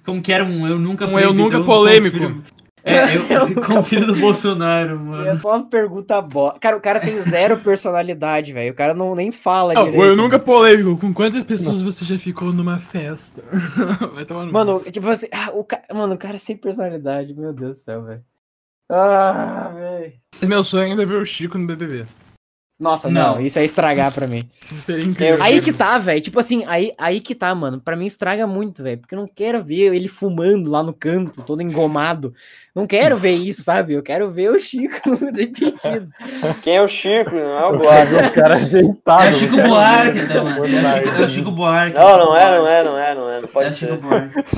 Como que era um eu nunca Um eu proibidão nunca com o polêmico. filho- É, eu com o filho do Bolsonaro, E É mano. só umas perguntas bosta. Cara, o cara tem zero personalidade, velho. O cara não nem fala Ah, direito. eu nunca polêmico. Com quantas pessoas você já ficou numa festa? (laughs) Vai tomar no cu. Mano, tipo assim, ah, o ca... mano, o cara sem personalidade, meu Deus do céu, velho. Ah, velho. Mas meu sonho ainda é ver o Chico no BBB. Nossa, não, Não. isso é estragar pra mim. Isso seria incrível. Aí que tá, velho. Tipo assim, aí, aí que tá, mano. Pra mim estraga muito, velho. Porque eu não quero ver ele fumando lá no canto, todo engomado. Não quero ver isso, sabe? Eu quero ver o Chico (laughs) no Desimpedidos. Quem é o Chico? Não é o Claro, (laughs) Guarda. o cara ajeitado. É o Chico cara. Buarque, tá, mano? É o Chico- É o Buarque. Chico Buarque. Não, não é, não é, não é, não é. É Não pode o Chico ser. Buarque.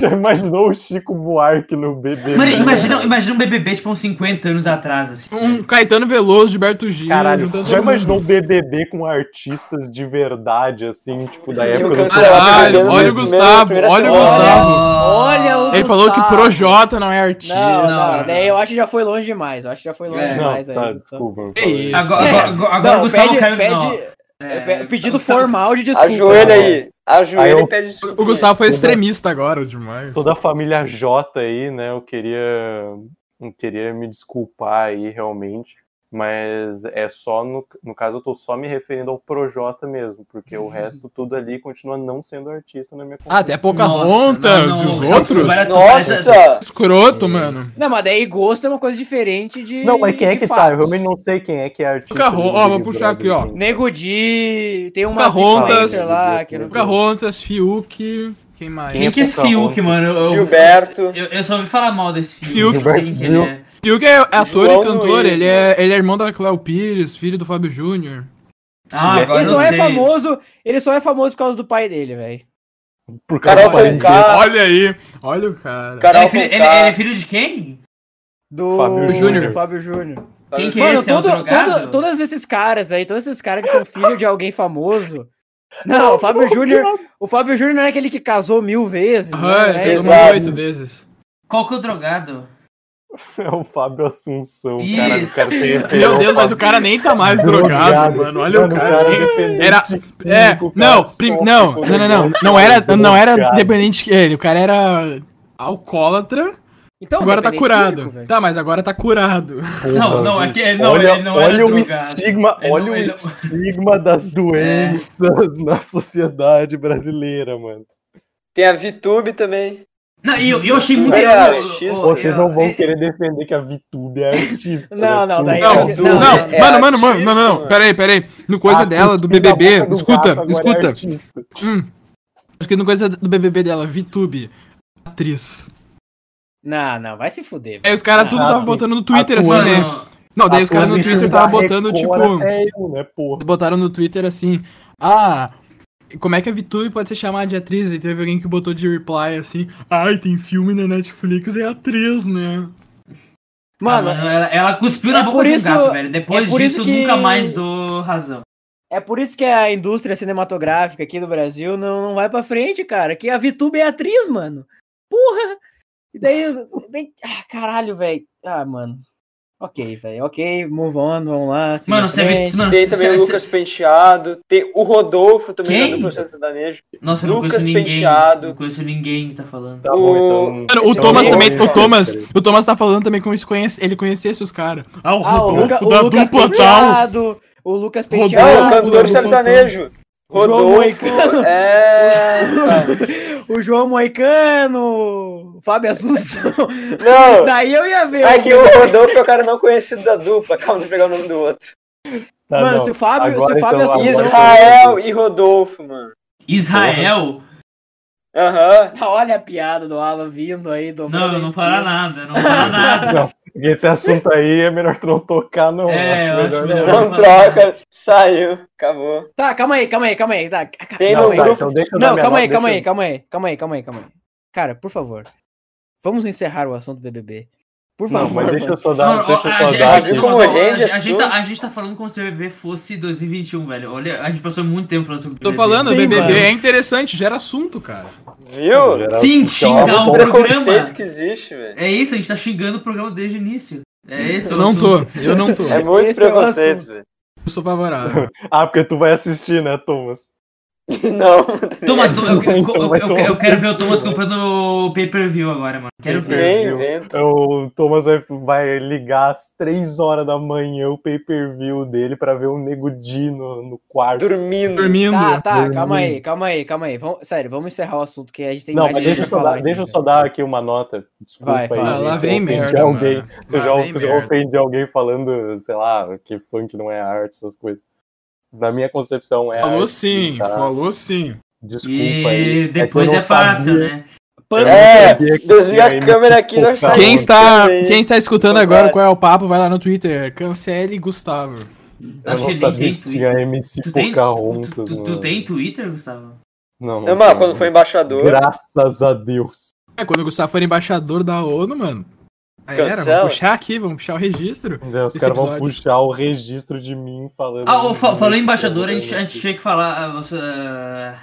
(laughs) Já imaginou o Chico Buarque no BBB? Mano, imagina, imagina um BBB, tipo, uns 50 anos atrás, assim. Um Caetano Veloso, Gilberto Gil. Caralho, juntando já todo mundo. imaginou o BBB com artistas de verdade, assim, tipo, da E o época do cancelado Caralho, olha o perdendo na primeira- Gustavo, primeira olha o semana. Gustavo. Olha o Ele falou que Gustavo. Projota não é artista. Não, não, não. daí eu acho que já foi longe demais. Eu acho que já foi longe É. Não, demais. aí, tá, Gustavo. desculpa. eu Que falei. isso. É. Agora, agora, agora, o Não, Gustavo pede, caiu. pede- não. é, É, pe- pedido Gustavo- formal de desculpa. Ajoelha aí. Ajoelha Aí eu- e pede desculpa. O Gustavo foi extremista agora demais. Toda a família J aí, né? Eu queria, eu queria me desculpar aí, realmente. Mas é só, no, no caso, eu tô só me referindo ao Projota mesmo, porque o resto tudo ali continua não sendo artista na minha Ah, até Nossa, Pocahontas não, e os não, outros. Gustavo- Nossa! Escroto, mano. Não, mas daí gosto é uma coisa diferente de. Não, mas quem é de que tá? fato. Eu realmente não sei quem é que é artista. Carro- do ó, vou Big puxar Brother, assim. aqui, ó. gente. Nego Di, tem uma Pocahontas. lá que não. Pocahontas, Fiuk, quem mais? Quem Quem que é esse Pocahontas? Fiuk, mano? Eu- eu- Gilberto. Eu, eu só ouvi falar mal desse Fiuk. Fiuk. não sei quem que ele é. Fiuk é ator João e cantor, Luiz, ele, é, ele é irmão da Cléo Pires, filho do Fábio Júnior. Ah, Ele agora Ele eu só não é sei. famoso, ele só é famoso por causa do pai dele, velho. Por causa Carol do pai Conká. Ah. Olha aí, olha o cara. Ele Carol é, filho, ele- Conká. ele é filho de quem? Do Fábio Júnior. Fábio Júnior. Quem que é Mano, esse? É um todo, drogado? todo- todos esses caras aí, todos esses caras que são filho de alguém famoso. Não, o (laughs) Fábio Júnior. O Fábio Júnior não é aquele que casou mil vezes. é Ah, né? ele Ele- pegou Exato. oito vezes. Qual que é o drogado? É o Fábio Assunção, cara. O Isso. cara tem referência Meu ao Deus, mas o Fábio cara nem tá mais drogado, mano. Olha o cara. é nem- Era- É, não, prim- não, não, não, não, não era, não era dependente que ele, o cara era alcoólatra, Então, agora tá dependente químico, curado. velho. Tá, mas agora tá curado. Não, não, é que ele não, olha, ele não era olha o drogado. estigma, Ele olha não- o ele não- É. estigma (laughs) das doenças na sociedade brasileira, mano. Tem a VTube também. Não, e eu, eu achei muito. É, eu- eu- X. eu- Vocês eu- é- não vão eu- querer defender que a VTube é artista. Não, né? não, daí- Não, Não, não, é mano, mano, artista, mano, não, não, não, mano. peraí, peraí. No coisa Ah, dela, do cuspir na BBB, boca do gato escuta, agora é escuta. artista. Acho que no coisa do BBB dela, VTube, atriz. Não, não, vai se fuder. É. Aí É, os caras tudo Ah, tava sim. botando no Twitter assim, Atuando. né? Mano, Não, daí os caras no Atuando Twitter da tava botando Record tipo, É eu, né, porra? botaram no Twitter assim, ah, como é que a VTube pode ser chamada de atriz? E teve alguém que botou de reply assim, ai, tem filme na Netflix, é atriz, né? Mano, mano, ela, ela cuspiu é na boca por de um isso- gato, velho. Depois é por disso, isso que- eu nunca mais dou razão. É por isso que a indústria cinematográfica aqui do Brasil não, não vai pra frente, cara. Que a VTube é atriz, mano. Porra! E daí. os- daí- ah, caralho, velho. Ah, mano. Ok, velho. Ok, move on, vamos lá. siga Mano, em você vê. frente. Mano, Tem você também é o Lucas Penteado. Tem o Rodolfo também Quem? tá no processo sertanejo. Nossa, eu não Lucas conheço ninguém. Penteado. Não conheço ninguém que tá falando. Tá bom, então. Mano, o Então, Thomas eu também, vou- o Thomas, o Thomas tá falando também como se conhece, ele conhecesse os caras. Ah, Ah, o o, Rodolfo Luca- o da Lucas dupla tal. Penteado. O Lucas Rodolfo. Não, o Penteado. cantor Rodolfo. sertanejo. João Rodolfo. Moicano. (laughs) É. O João Moicano. O Fábio Assunção. Não. daí eu ia ver. É que o Rodolfo é o cara não conhecido da dupla. Calma, deixa eu pegar o nome do outro. Tá, Mano, não. se o Fábio, Agora, se o Fábio então, Assunção. agora- Israel e Rodolfo, mano. Israel? Aham. Olha a piada do Alan vindo aí. do Não, eu não falar nada, eu não falar nada. Não, porque esse assunto aí é melhor tu não tocar, não. É, eu acho melhor. Não troca. Saiu. Acabou. Tá, calma aí, calma aí, calma aí. Tá, calma Tem Não, no tá, grupo. então deixa eu dar Não, minha calma nota, aí, calma deixa aí, calma aí, calma aí, calma aí, calma aí. Cara, por favor. Vamos encerrar o assunto BBB. Por Não, favor. mas deixa eu só dar, Mano, deixa a- eu a- só a- dar a- aqui. mas, Como ó, aqui. a- rende a- a gente assunto. tá- A gente tá falando como se o BBB fosse 2021, velho. Olha, a gente passou muito tempo falando sobre Tô BBB. falando, Sim, BBB mano. é interessante, gera assunto, cara. Viu? É Sim, Tchau, xingar o tchau. programa. Preconceito que existe, velho. É isso, a gente tá xingando o programa desde o início. É esse Eu o não tô, assunto. eu não tô. É muito Esse é o preconceito, assunto. velho. (laughs) Eu sou favorável. Ah, porque tu vai assistir, né, Thomas? Não. Thomas, tu- eu, eu- Então vai eu- tomar eu quero ver o Thomas cu, né? comprando o pay-per-view agora, mano. Quero ver. Nem Pay-per-view. invento. É, O Thomas vai, vai ligar às três horas da manhã o pay-per-view dele pra ver o Nego Di no, no quarto. Dormindo. Dormindo. Tá, tá, Dormindo. calma aí, calma aí, calma aí. Vamos, sério, vamos encerrar o assunto que a gente tem Não, mais mas gente deixa eu, pra só falar dar, aqui, deixa eu cara. só dar aqui uma nota. Desculpa Vai, aí. vai. Ah, lá gente, vem eu ofendi merda, alguém. mano. Você Lá já vem você já merda. ofende alguém falando, sei lá, que funk não é arte, essas coisas. Na minha concepção é. Falou arte, sim, tá? falou sim. Desculpa aí. E que depois eu não é fácil, sabia. né? Pano- É, sabia que desvia tinha a câmera aqui, não Quem sai. Quem Quem está, Tá Aí. quem está escutando agora agora qual é o papo, vai lá no Twitter. Cancele Gustavo. Eu não Achei sabia nem que tinha Twitter. MC Tu tem, tu, Pocahontas. tu- tu mano. tem Twitter, Gustavo? Não, Não, mas tem. quando foi embaixador, Graças a Deus. É, quando o Gustavo for embaixador da ONU, mano. Já Era, Cancela. vamos puxar aqui, vamos puxar o registro. Os Esse caras vão episódio. puxar o registro de mim falando. né? Ah, eu fa- falei embaixador, a gente, a gente tinha que falar. ah, você, ah,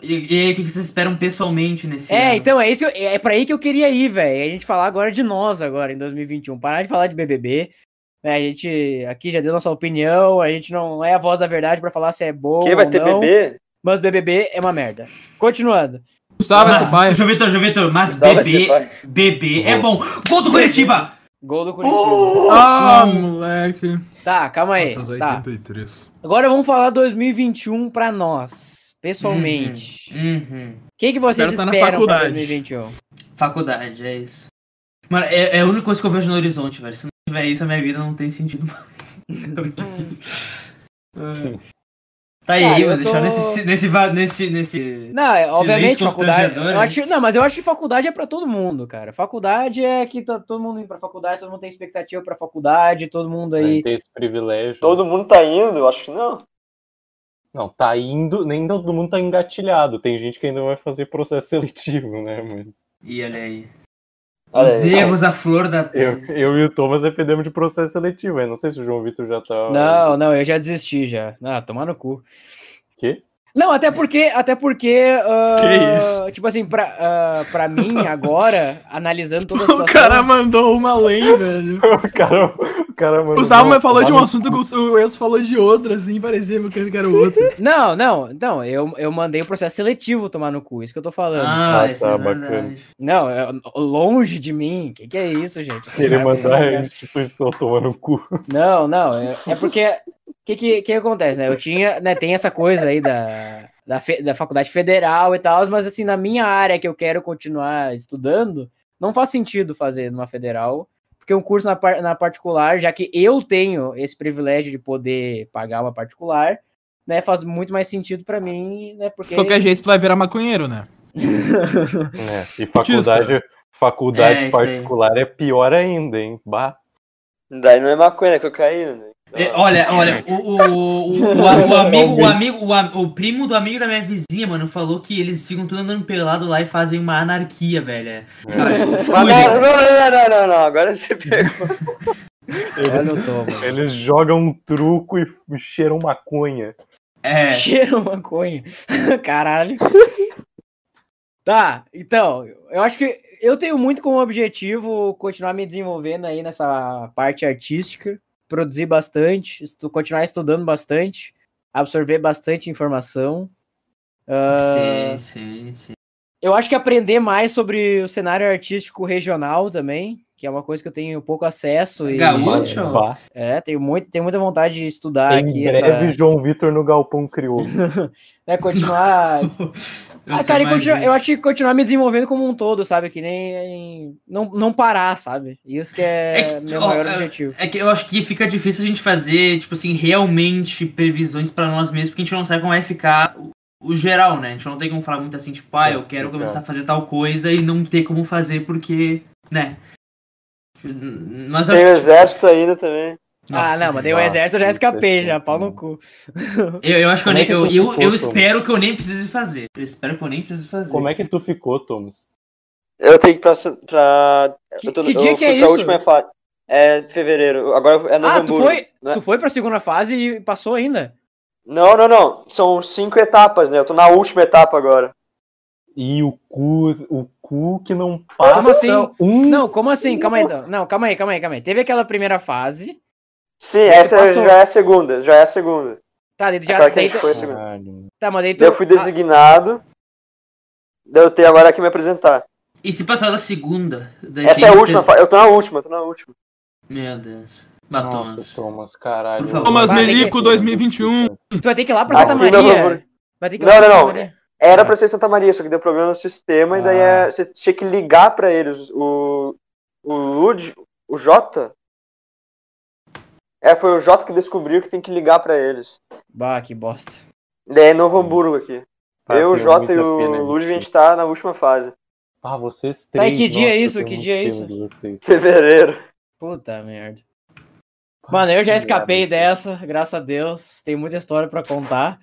e, e aí, o que vocês esperam pessoalmente nesse. É, ano? então é isso. que eu- É pra aí que eu queria ir, velho. A gente falar agora de nós agora em 2021. Parar de falar de BBB. né? A gente aqui já deu nossa opinião. A gente não é a voz da verdade pra falar se é bom quem ou vai ter não. bebê? Mas BBB é uma merda. Continuando. Gustavo é Ah. mas, Sampaio. João Vitor, João Vitor, mas Gustavo vai ser bebê, pai. bebê é bom. Gol do Curitiba! Gol do Curitiba. Uh! Ah, moleque. Tá, calma aí. Nossa, os tá. 83. Agora vamos falar 2021 pra nós, pessoalmente. O Uhum. que, que vocês Espero tá na esperam pra faculdade. 2021? Faculdade, é isso. Mano, é, é a única coisa que eu vejo no horizonte, velho. Se não tiver isso, a minha vida não tem sentido mais. (laughs) Tô aqui. Ah. Tá aí, Cara, vou eu tô- deixar nesse, nesse, va- nesse, nesse. Não, é, obviamente, faculdade. constrangedor, Eu né? acho, não, mas eu acho que faculdade é pra todo mundo, cara. Faculdade é que tá todo mundo indo pra faculdade, todo mundo tem expectativa pra faculdade, todo mundo aí. Nem tem esse privilégio. Todo mundo tá indo? Eu Acho que não. Não, tá indo, nem todo mundo tá engatilhado. Tem gente que ainda vai fazer processo (laughs) seletivo, né? Mas E olha aí. Olha Os aí. nervos, a flor da. eu, eu e o Thomas dependemos de processo seletivo. Eu não sei se o João Vitor já tá. Não, não, eu já desisti já. Ah, tomar no cu. Quê? Não, até porque, até porque. ah, Que isso? Tipo assim, pra, ah, pra mim (laughs) agora, analisando toda a O situação. cara mandou uma lei, velho. (laughs) O cara, o cara mandou- O Salma falou de um Tomar no assunto, o Enzo falou de outro, assim, parecia que era o outro. (laughs) Não, não, então, eu, eu mandei o processo seletivo tomar no cu, isso que eu tô falando. Ah, Ah, isso é tá, bacana. verdade. Não, é longe de mim. Que que é isso, gente? cu. Ele mandar a instituição tomar no cu. Não, não. É, é porque o que, que que acontece, né? Eu tinha, né? Tem essa coisa aí da da, fe- da faculdade federal e tal, mas assim na minha área que eu quero continuar estudando, não faz sentido fazer numa federal, porque um curso na, par- na particular, já que eu tenho esse privilégio de poder pagar uma particular, né? Faz muito mais sentido pra mim, né? Porque De qualquer jeito, tu vai virar maconheiro, né? É, e faculdade, faculdade É, isso aí. particular é pior ainda, hein? Bah. Daí não é maconha, é cocaína, né? É, olha, olha, o, o, o, o- (laughs) o- o amigo, o amigo, o, am- o primo do amigo da minha vizinha, mano, falou que eles ficam tudo andando pelado lá e fazem uma anarquia, velho. Não, não, não, não, não, não, (laughs) agora você pegou. Olha o tomo. Eles jogam um truco e f- cheiram maconha. É. Cheiro maconha. (laughs) Caralho. tá, então, eu acho que eu tenho muito como objetivo continuar me desenvolvendo aí nessa parte artística, produzir bastante, estu- continuar estudando bastante, absorver bastante informação. Ah. Sim, sim, sim. (laughs) Eu acho que aprender mais sobre o cenário artístico regional também, que é uma coisa que eu tenho pouco acesso e Tá Gaúcho. Mas, show. bah. é, tenho muito, tenho muita vontade de estudar Em Tá aqui breve, essa, João Vitor no Galpão Crioulo. né, continuar Ah, cara, e continua- um. eu acho que continuar me desenvolvendo como um todo, sabe? Que nem. Não, não parar, sabe? Isso que é, É que- meu ó, maior é- objetivo. É que eu acho que fica difícil a gente fazer, tipo assim, realmente previsões pra nós mesmos, porque a gente não sabe como vai ficar o- o geral, né? A gente não tem como falar muito assim, tipo, É, ah, eu quero começar a fazer tal coisa e não ter como fazer porque, né? Mas eu Tem o acho que- exército ainda também. ah, não, mas dei o ah, exército, eu já puta escapei, que já, pau no pariu. cu. Eu, eu acho que eu, Como é nem- que eu, tu eu, ficou, eu Tom? é? espero que eu nem precise fazer. Eu espero que eu nem precise fazer. Como é que tu ficou, Thomas? Eu tenho que ir pra. pra- Que, eu tô- que eu dia que fui é pra isso? última fase. É fevereiro. Agora é Novo ah, tu Hamburgo. foi, né? tu foi pra segunda fase e passou ainda. Não, não, não. São cinco etapas, né? Eu tô na última etapa agora. E o cu, o cu que não passa assim? um. Não, como assim? Calma aí. Não, Não, calma aí, calma aí, calma aí. Teve aquela primeira fase. Sim, essa passou. já é a segunda. Já é a segunda. Tá, daí tu já. Agora que a Daí, gente tu- foi a segunda. Caralho. tá, mas daí tu. Daí Eu fui designado. Daí eu tenho agora que me apresentar. E se passar da segunda? Daí Essa tem é a que última. testar- fa- Eu tô na última, eu tô na última. Meu Deus. Matou Nossa, Thomas, caralho. Por favor. Thomas Ah, tem que- Melico 2021. Ah, tu vai ter que ir lá pra Santa Aqui Maria. não, por- Vai ter que ir Não, lá pra não, Santa não. Maria. Era pra ser Santa Maria, só que deu problema no sistema e daí É. Ah. é- você tinha que ligar pra eles. O, o Lud, o Jota. É, foi o Jota que descobriu que tem que ligar pra eles. Bah, que bosta. Daí é Novo Hamburgo aqui. Tá, eu, o tem Jota e Hum. muita o pena de Lud, a ti. gente tá na última fase. (laughs) Ah, vocês Tá, três. e que dia é nossa, isso? eu Que tenho dia é muito isso? pena de vocês. Fevereiro. Puta merda. Mano, eu já tá escapei dessa, graças a Deus. Tem muita história pra contar.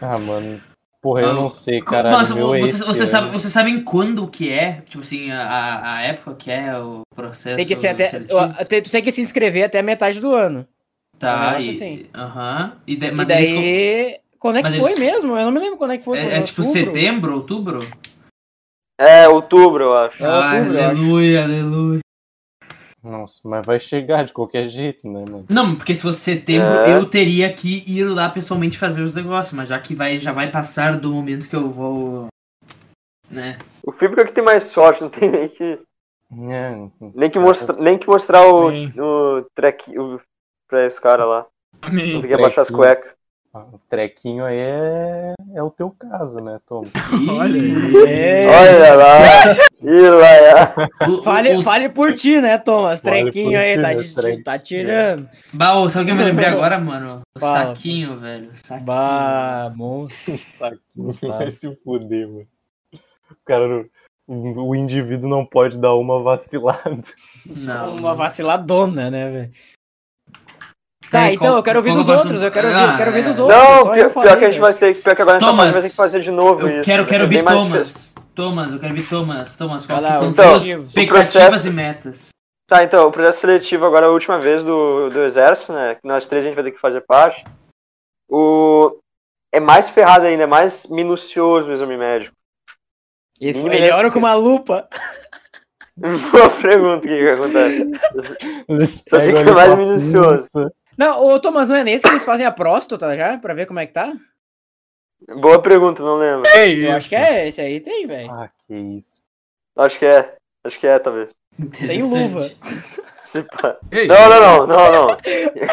Ah, mano. Porra, eu Ah, não sei, Cara, caralho. Mas meu é vocês esse vocês ano. sabem vocês sabem quando o que é? Tipo assim, a- a, a época que é o processo. Tem que ser até. seletivo? ó, tem- Tu tem que se inscrever até a metade do ano. um Tá, negócio e. assim. Aham. E, de- E É, mas eles co- daí. Quando é que mas foi eles- mesmo? Eu não me lembro quando é que foi. foi É, é em tipo outubro? setembro, outubro? É, outubro, eu acho. Ah. É outubro, eu acho. aleluia, aleluia. Nossa, mas vai chegar de qualquer jeito, né, mano? Não, porque se fosse setembro, É. eu teria que ir lá pessoalmente fazer os negócios, mas já que vai, já vai passar do momento que eu vou. (laughs) Né? O Fibra é que tem mais sorte, não tem nem que, É, nem que, mostra, nem que mostrar o, Sim. o track o, pra esse cara lá. Não Amém. tem que abaixar as né? cuecas. O trequinho aí é, é o teu caso, né, (laughs) Thomas? Olha aí. É. Olha (laughs) lá. Ih, lá, é. O- o- Fale, os- fale por ti, né, Thomas? Fale por Trequinho aí, ti, tá, né, te- trequinho. tá tirando. Bah, ô, sabe o que eu me (laughs) lembrei agora, mano? O Fala. saquinho, velho. o Saquinho. Bah, monstro. Saquinho Gustavo. vai se fuder, mano. O cara, não- o, o indivíduo não pode dar uma vacilada. (laughs) Não. Uma vaciladona, né, velho? Tá, Tá, e então qual- eu quero ouvir qual dos que é o outros, eu quero ouvir, eu assunto? quero ouvir Ah, dos é. lá. outros. Não, só eu pior, falei, pior que a gente velho. vai ter. Pior que agora nessa Thomas. parte vai ter que fazer de novo Eu isso. quero, vai quero ser bem ouvir mais difícil. Thomas. Thomas, eu quero ouvir Thomas. Thomas, qual Vai que lá, são então, tuas o expectativas processo- e metas? Tá, então, o processo seletivo agora é a última vez do, do exército, né? Que nós três a gente vai ter que fazer parte. O... É mais ferrado ainda, é mais minucioso o exame médico. (laughs) Isso, Ninguém ele merece olha com uma lupa. Boa pergunta, o que, que acontece? Eles Só sei que pegam é ali mais e falam, minucioso. "Nossa, Não, ô Thomas, não é nesse que eles fazem a próstata já? Pra ver como é que tá? Boa pergunta, não lembro. É Eu acho que é esse aí, tem, velho. Ah, que isso. Acho que é. Acho que é, talvez. Sem luva. Se pá. é. Ei, Não, não, não, (laughs) não, não.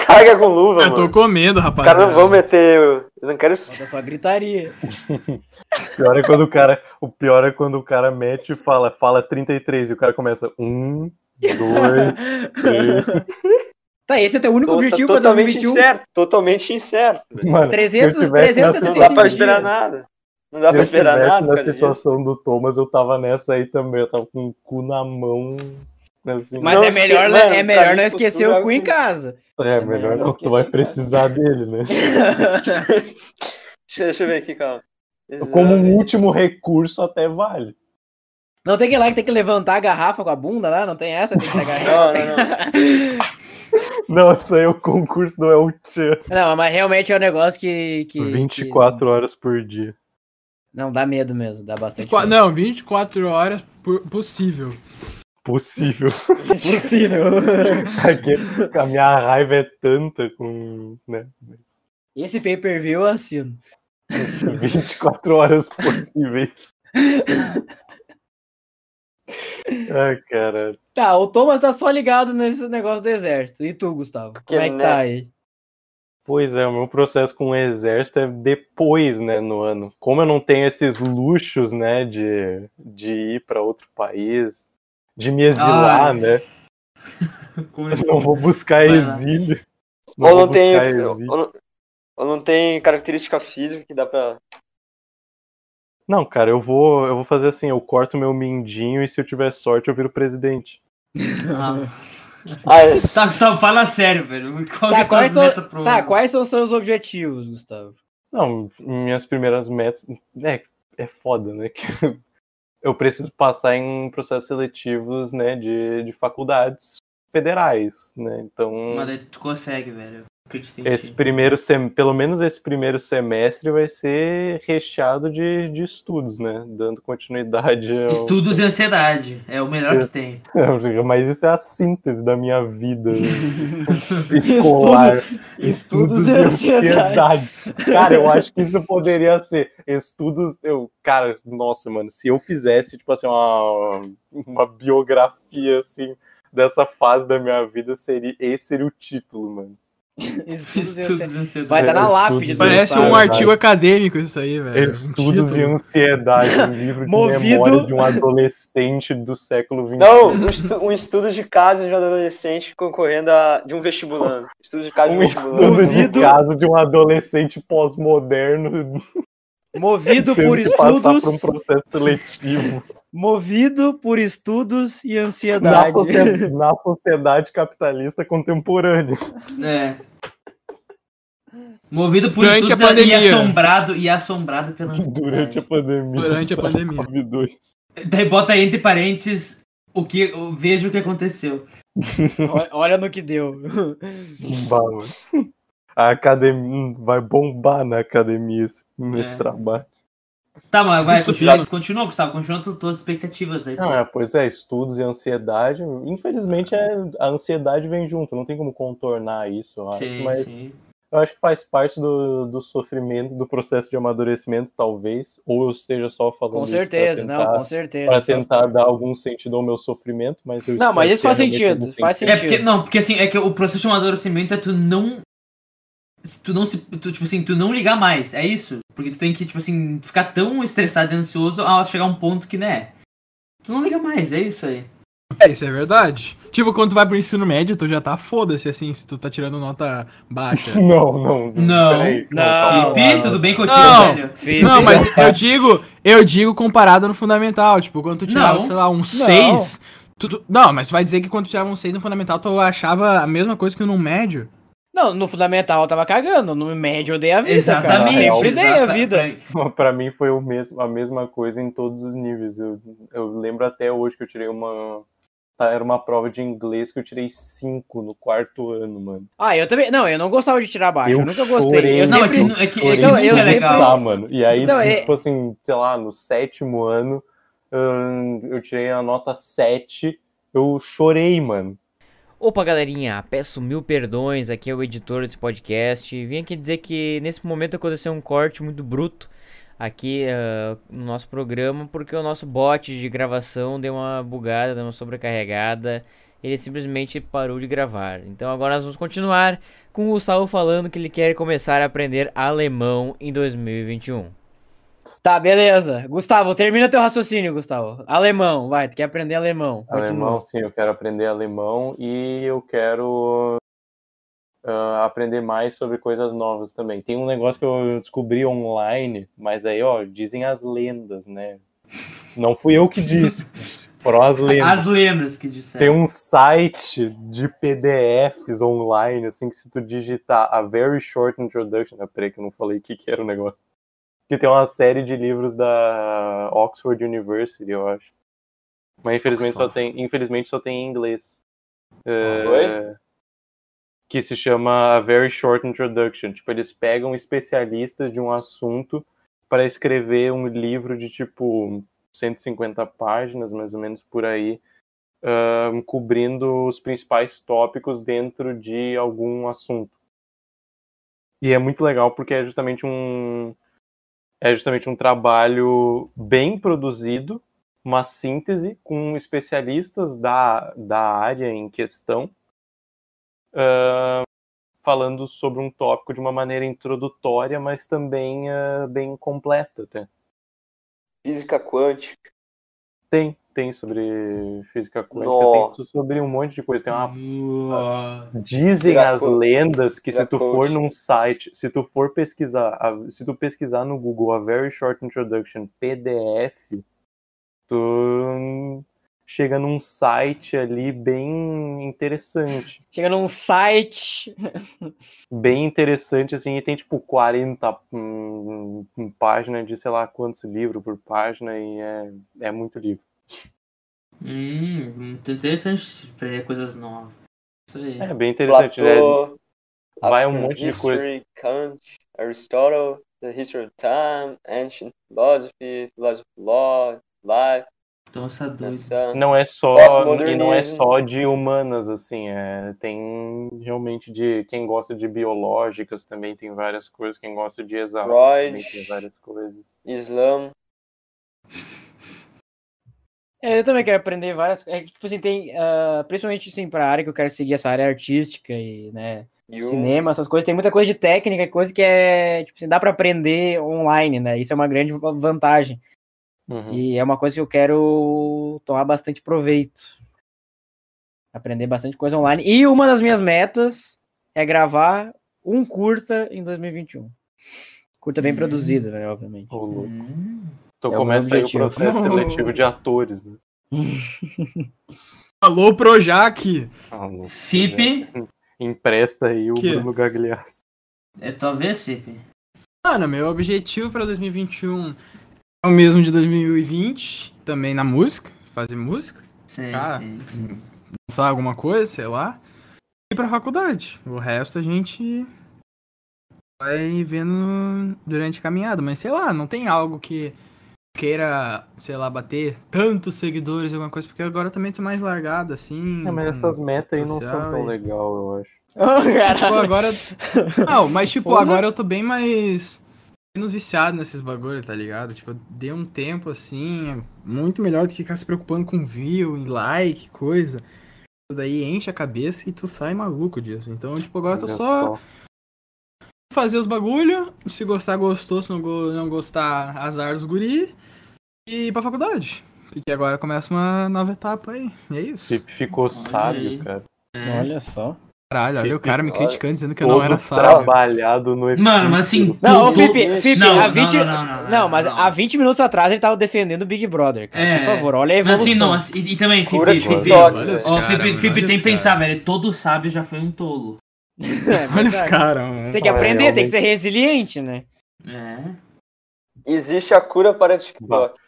Carga com luva, Eu tô mano. com medo, Os rapaziada. caras não vão meter. o- Eles não querem. Falta só gritaria. O pior é quando o cara, o pior é quando o cara mete e fala, fala 33 e o cara começa um, dois, três. Tá, esse é teu único Tô- objetivo tá pra totalmente 2021. incerto. Totalmente incerto. Mano, se eu 300 tivesse na 365 Não dá pra dias. esperar nada. Não dá Se pra eu esperar tivesse nada, por Na causa disso. situação do Thomas, eu tava nessa aí também. Eu tava com o cu na mão. assim, Mas Não é sei, melhor, mano, é pra melhor mim, não esquecer futuro o cu é em o- casa. é melhor melhor não não, tu vai esquecer, precisar dele, né? Deixa, deixa eu ver aqui, calma. Como um último recurso, até vale. Não tem que ir lá que tem que levantar a garrafa com a bunda lá, não tem essa, tem que pegar (laughs) Não, não, não. Não, isso aí é o concurso, não é o tchan. Não, mas realmente é um negócio que. que 24 horas por dia. que- Não, dá medo mesmo, dá bastante. Qua- medo. Não, 24 horas por- possível. Possível. Impossível. (laughs) Aqui, a minha raiva é tanta com né, Esse pay per view eu assino. 24 horas possíveis. Ai, caralho. Tá, o Thomas tá só ligado nesse negócio do exército. E tu, Gustavo? Como Que é que tá aí? Pois é, o meu processo com o exército é depois, né, no ano. Como eu não tenho esses luxos, né, de, de ir para outro país, de me exilar, Ah, né? Como Eu não vou buscar Vai lá. exílio. Ou vou não tem. buscar Ou exílio. não, ou não tem característica física que dá pra. Não, cara, eu vou, eu vou fazer assim, eu corto meu mindinho e se eu tiver sorte eu viro presidente. (laughs) Ah. Ah, é. Tá, Gustavo, fala sério, velho. Qual Tá, que é quais as são- metas pro... Tá, quais são os seus objetivos, Gustavo? Não, minhas primeiras metas, né, é foda, né? é que (laughs) eu preciso passar em processos seletivos, né, de, de faculdades federais, né? Então, Mas é daí tu consegue, velho. Acreditei em esse ti. primeiro sem, pelo menos esse primeiro semestre vai ser recheado de, de estudos, né? Dando continuidade ao... Estudos e ansiedade. É o melhor que tem. (laughs) Mas isso é a síntese da minha vida escolar. Estudos e ansiedade. Cara, eu acho que isso poderia ser. Estudos, eu, cara, nossa, mano, se eu fizesse, tipo assim, uma, uma biografia, assim, dessa fase da minha vida, seria, esse seria o título, mano. Estudos e Estudos ansiedade. e ansiedade. Vai estar na Estudos lápide e do Parece Gustavo. um Verdade. artigo acadêmico isso aí, velho. Um Estudos e título. (laughs) ansiedade, um livro de Movido- memória de um adolescente do século XXI. Não, um, estu- um estudo de caso de um adolescente concorrendo a, de um vestibulando. Estudo de caso de um um vestibulando. estudo de Movido- caso de um adolescente pós-moderno Movido tendo por que passar por um estudos, processo seletivo movido por estudos e na, ansiedade. socie- na sociedade capitalista contemporânea. (laughs) É. Movido por Durante estudos a e pandemia. assombrado, e assombrado pela Durante a pandemia. (laughs) Durante a sabe? pandemia. Covid-2. Daí bota entre parênteses o que o- veja o que aconteceu. (laughs) Olha- Olha no que deu. Bah, mano. A academia hum, vai bombar na academia esse, nesse É. trabalho. Tá, mas vai, Isso, continua, já- continua, Gustavo, continua tu- tuas expectativas aí. Ah, pois é, estudos e ansiedade. Infelizmente, é- a ansiedade vem junto, não tem como contornar isso. eu acho, sim, mas sim. Eu acho que faz parte do, do sofrimento, do processo de amadurecimento, talvez. Ou eu esteja só falando Com certeza, isso pra não, tentar- com certeza. Pra tentar dar algum sentido ao meu sofrimento, mas eu Não, mas espero isso faz que realmente sentido, algum faz É sentido. porque, não, porque assim, é que o processo de amadurecimento é tu não. se Tu não se. Tu, tipo assim, tu não ligar mais, é isso? Porque tu tem que, tipo assim, ficar tão estressado e ansioso ao chegar a um ponto que, né? Tu não liga mais, é isso aí. É, isso é verdade. Tipo, quando tu vai pro ensino médio, tu já tá foda-se, assim, se tu tá tirando nota baixa. (laughs) Não, não, Não. peraí, Não. calma Pi, lá, tudo bem contigo, Não. velho? Filho, Não, mas eu digo, eu digo comparado no fundamental. Tipo, quando tu tirava, Não. sei lá, um 6. Tu, tu- não, mas tu vai dizer que quando tu tirava um 6 no fundamental, tu achava a mesma coisa que no médio. Não, no fundamental eu tava cagando, no médio eu dei a vida, Exatamente. é cara. Sempre dei a exata- vida. (laughs) Pra mim foi o mesmo, a mesma coisa em todos os níveis. Eu, eu lembro até hoje que eu tirei uma. tá, Era uma prova de inglês que eu tirei cinco no quarto ano, mano. Ah, eu também. Não, eu não gostava de tirar baixo, eu, Eu nunca gostei. chorei. Eu Não, é sempre. que, é que, é que Então, isso eu é sempre- legal. Pensar, mano. E aí, Então, é- tipo assim, sei lá, no sétimo ano, hum, eu tirei a nota 7, eu chorei, mano. Opa, galerinha, peço mil perdões, aqui é o editor desse podcast. Vim aqui dizer que nesse momento aconteceu um corte muito bruto aqui ah, no nosso programa, porque o nosso bot de gravação deu uma bugada, deu uma sobrecarregada. Ele simplesmente parou de gravar. Então agora nós vamos continuar com o Gustavo falando que ele quer começar a aprender alemão em 2021. Tá, beleza. Gustavo, termina teu raciocínio, Gustavo. Alemão, vai, tu quer aprender alemão. Alemão, sim, eu quero aprender alemão e eu quero ah, aprender mais sobre coisas novas também. Tem um negócio que eu descobri online, mas aí, ó, dizem as lendas, né? Não fui eu que disse, foram as lendas. As lendas que Tem disseram. um site de PDFs online, assim, que se tu digitar a Very Short Introduction, ah, peraí que eu não falei o que, que era o negócio. Que tem uma série de livros da Oxford University, eu acho. Mas infelizmente só Oxford. tem, infelizmente só tem em inglês. É, Oi? que se chama a Very Short Introduction. Tipo, eles pegam especialistas de um assunto para escrever um livro de tipo 150 páginas, mais ou menos por aí, ahn, cobrindo os principais tópicos dentro de algum assunto. E é muito legal porque é justamente um é justamente um trabalho bem produzido, uma síntese com especialistas da, da área em questão, ahn, falando sobre um tópico de uma maneira introdutória, mas também ah, bem completa até. Física quântica. Tem, tem sobre física quântica, Nó. Hum. tem sobre um monte de coisa. Tem uma... Uau. Dizem Vira as coach. lendas que Vira se tu for coach. num site, se tu for pesquisar, a- se tu pesquisar no Google a Very Short Introduction PDF, tu chega num site ali bem interessante. Chega num site. Bem interessante, assim, e tem tipo 40 hum, páginas de sei lá quantos livros por página e é, é muito livro. Hum, muito interessante pra coisas novas. Isso aí. É bem interessante, né? Platô, Vai um African monte de coisa. history, Kant, Aristotle, the history of time, ancient philosophy, philosophy of law, life, Então essa Hum. doida. nação. Não é só Pós-modernismo. e não é só de humanas assim, é, tem realmente de quem gosta de biológicas também tem várias coisas, quem gosta de exatas também Freud. tem várias coisas. Islã. É, eu também quero aprender várias coisas. tipo assim, tem. ah, principalmente assim, pra área que eu quero seguir, essa área artística e, né? e o- Cinema, essas coisas. Tem muita coisa de técnica, coisa que é. Tipo assim, dá pra aprender online, né? Isso é uma grande va- vantagem. Hum. Uhum. E é uma coisa que eu quero tomar bastante proveito. Aprender bastante coisa online. E uma das minhas metas é gravar um curta em 2021. Curta bem Hum. produzido, né? (laughs) Obviamente. Ô, louco. Hum. Então É o começa meu aí o objetivo. processo seletivo (laughs) de atores, né? Alô, Projac! Ah, louco. Fipe, Empresta aí o Que? Bruno Gagliasso. é tua vez, Fipe. Mano, meu objetivo pra 2021 é o mesmo de 2020, também na música, fazer música, Sim, Ah. sim, sim. lançar alguma coisa, sei lá, e ir pra faculdade. O resto a gente vai vendo durante a caminhada, mas sei lá, não tem algo que queira, sei lá, bater tantos seguidores, alguma coisa, porque agora eu também tô mais largado, assim. É, mas essas metas aí não social são tão e- legais, eu acho. Tipo, agora. Não, mas tipo, Porra. agora eu tô bem mais. Menos viciado nesses bagulho, tá ligado? Tipo, eu dei um tempo assim, é muito melhor do que ficar se preocupando com view e like, coisa. Isso daí enche a cabeça e tu sai maluco disso. Então, tipo, agora eu tô Olha só fazer os bagulho, se gostar, gostou, se não, go- não gostar, azar dos guri, e ir pra faculdade. Porque agora começa uma nova etapa aí. E é isso. Fipe ficou sábio, aí. cara. É. Olha só. Caralho, olha o cara me Olha. criticando, dizendo que eu Todo não era sábio. trabalhado no Mano, mas assim. Não, ô tu- né? Fipe, Fipe, Não, há não, 20. não, não, não, não, Não, mas não. há 20 minutos atrás ele tava defendendo o Big Brother, cara. É. Por favor, olha a Mas evolução. assim, não, assim, e, e também, Fipe, Cura de Fipe, TikTok, olha os ó, velho. cara, Fipe, mano, Fipe, olha tem os que pensar, cara. velho, todo sábio já foi um tolo. (laughs) É Olha os verdade. caras, mano. Tem que É, aprender, tem realmente. que ser resiliente, né? É. Existe a cura para TikTok.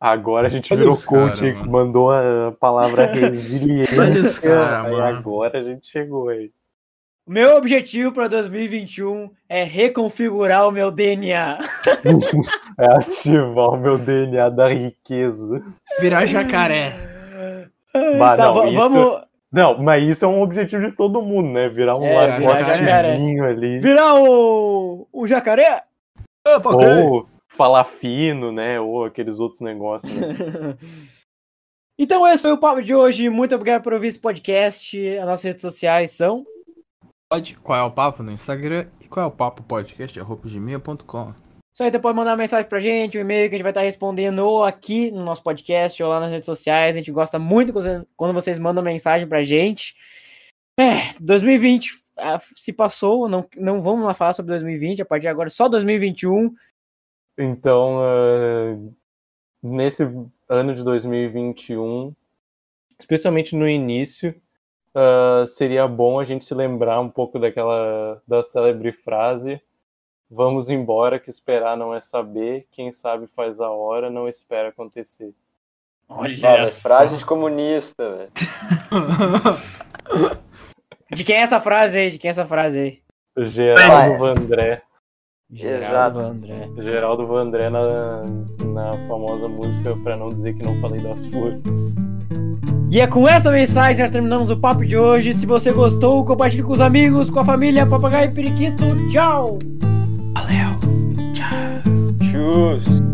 Agora a gente Olha virou os cara, coach, mano. mandou a (laughs) palavra Olha os resiliência. cara, aí mano. agora a gente chegou aí. O Meu objetivo para 2021 é reconfigurar o meu DNA. É ativar o meu DNA da riqueza. Virar É. (laughs) jacaré. Bah, tá, não, va- isso- vamos Não, mas isso é um objetivo de todo mundo, né? Virar um É, lado virar jacaré. ativinho ali. virar o, o (laughs) jacaré? Ou né? falar fino, né? Ou aqueles outros negócios, né? Então esse foi o papo de hoje. Muito obrigado por ouvir esse podcast. As nossas redes sociais são Pode, qual é o papo no Instagram e qual é o papo podcast, arroba gmail.com. Só aí depois mandar uma mensagem pra gente, um e-mail que a gente vai estar respondendo ou aqui no nosso podcast ou lá nas redes sociais. A gente gosta muito quando- quando vocês mandam mensagem pra gente. É, 2020 ah, se passou, não, não vamos lá falar sobre 2020, a partir de agora só 2021. Então, eh, nesse ano de 2021, especialmente no início, ah, seria bom a gente se lembrar um pouco daquela da célebre frase: "Vamos embora, que esperar não é saber, quem sabe faz a hora, não espera acontecer". Cara, frase é de comunista, velho. De quem é essa frase aí? De quem é essa frase aí? Geraldo Vandré, Geraldo Vandré. Geraldo Vandré na, na famosa música para não dizer que não falei das flores. E é com essa mensagem nós terminamos o papo de hoje. Se você gostou, compartilhe com os amigos, com a família, papagaio e periquito. Tchau! Tchus.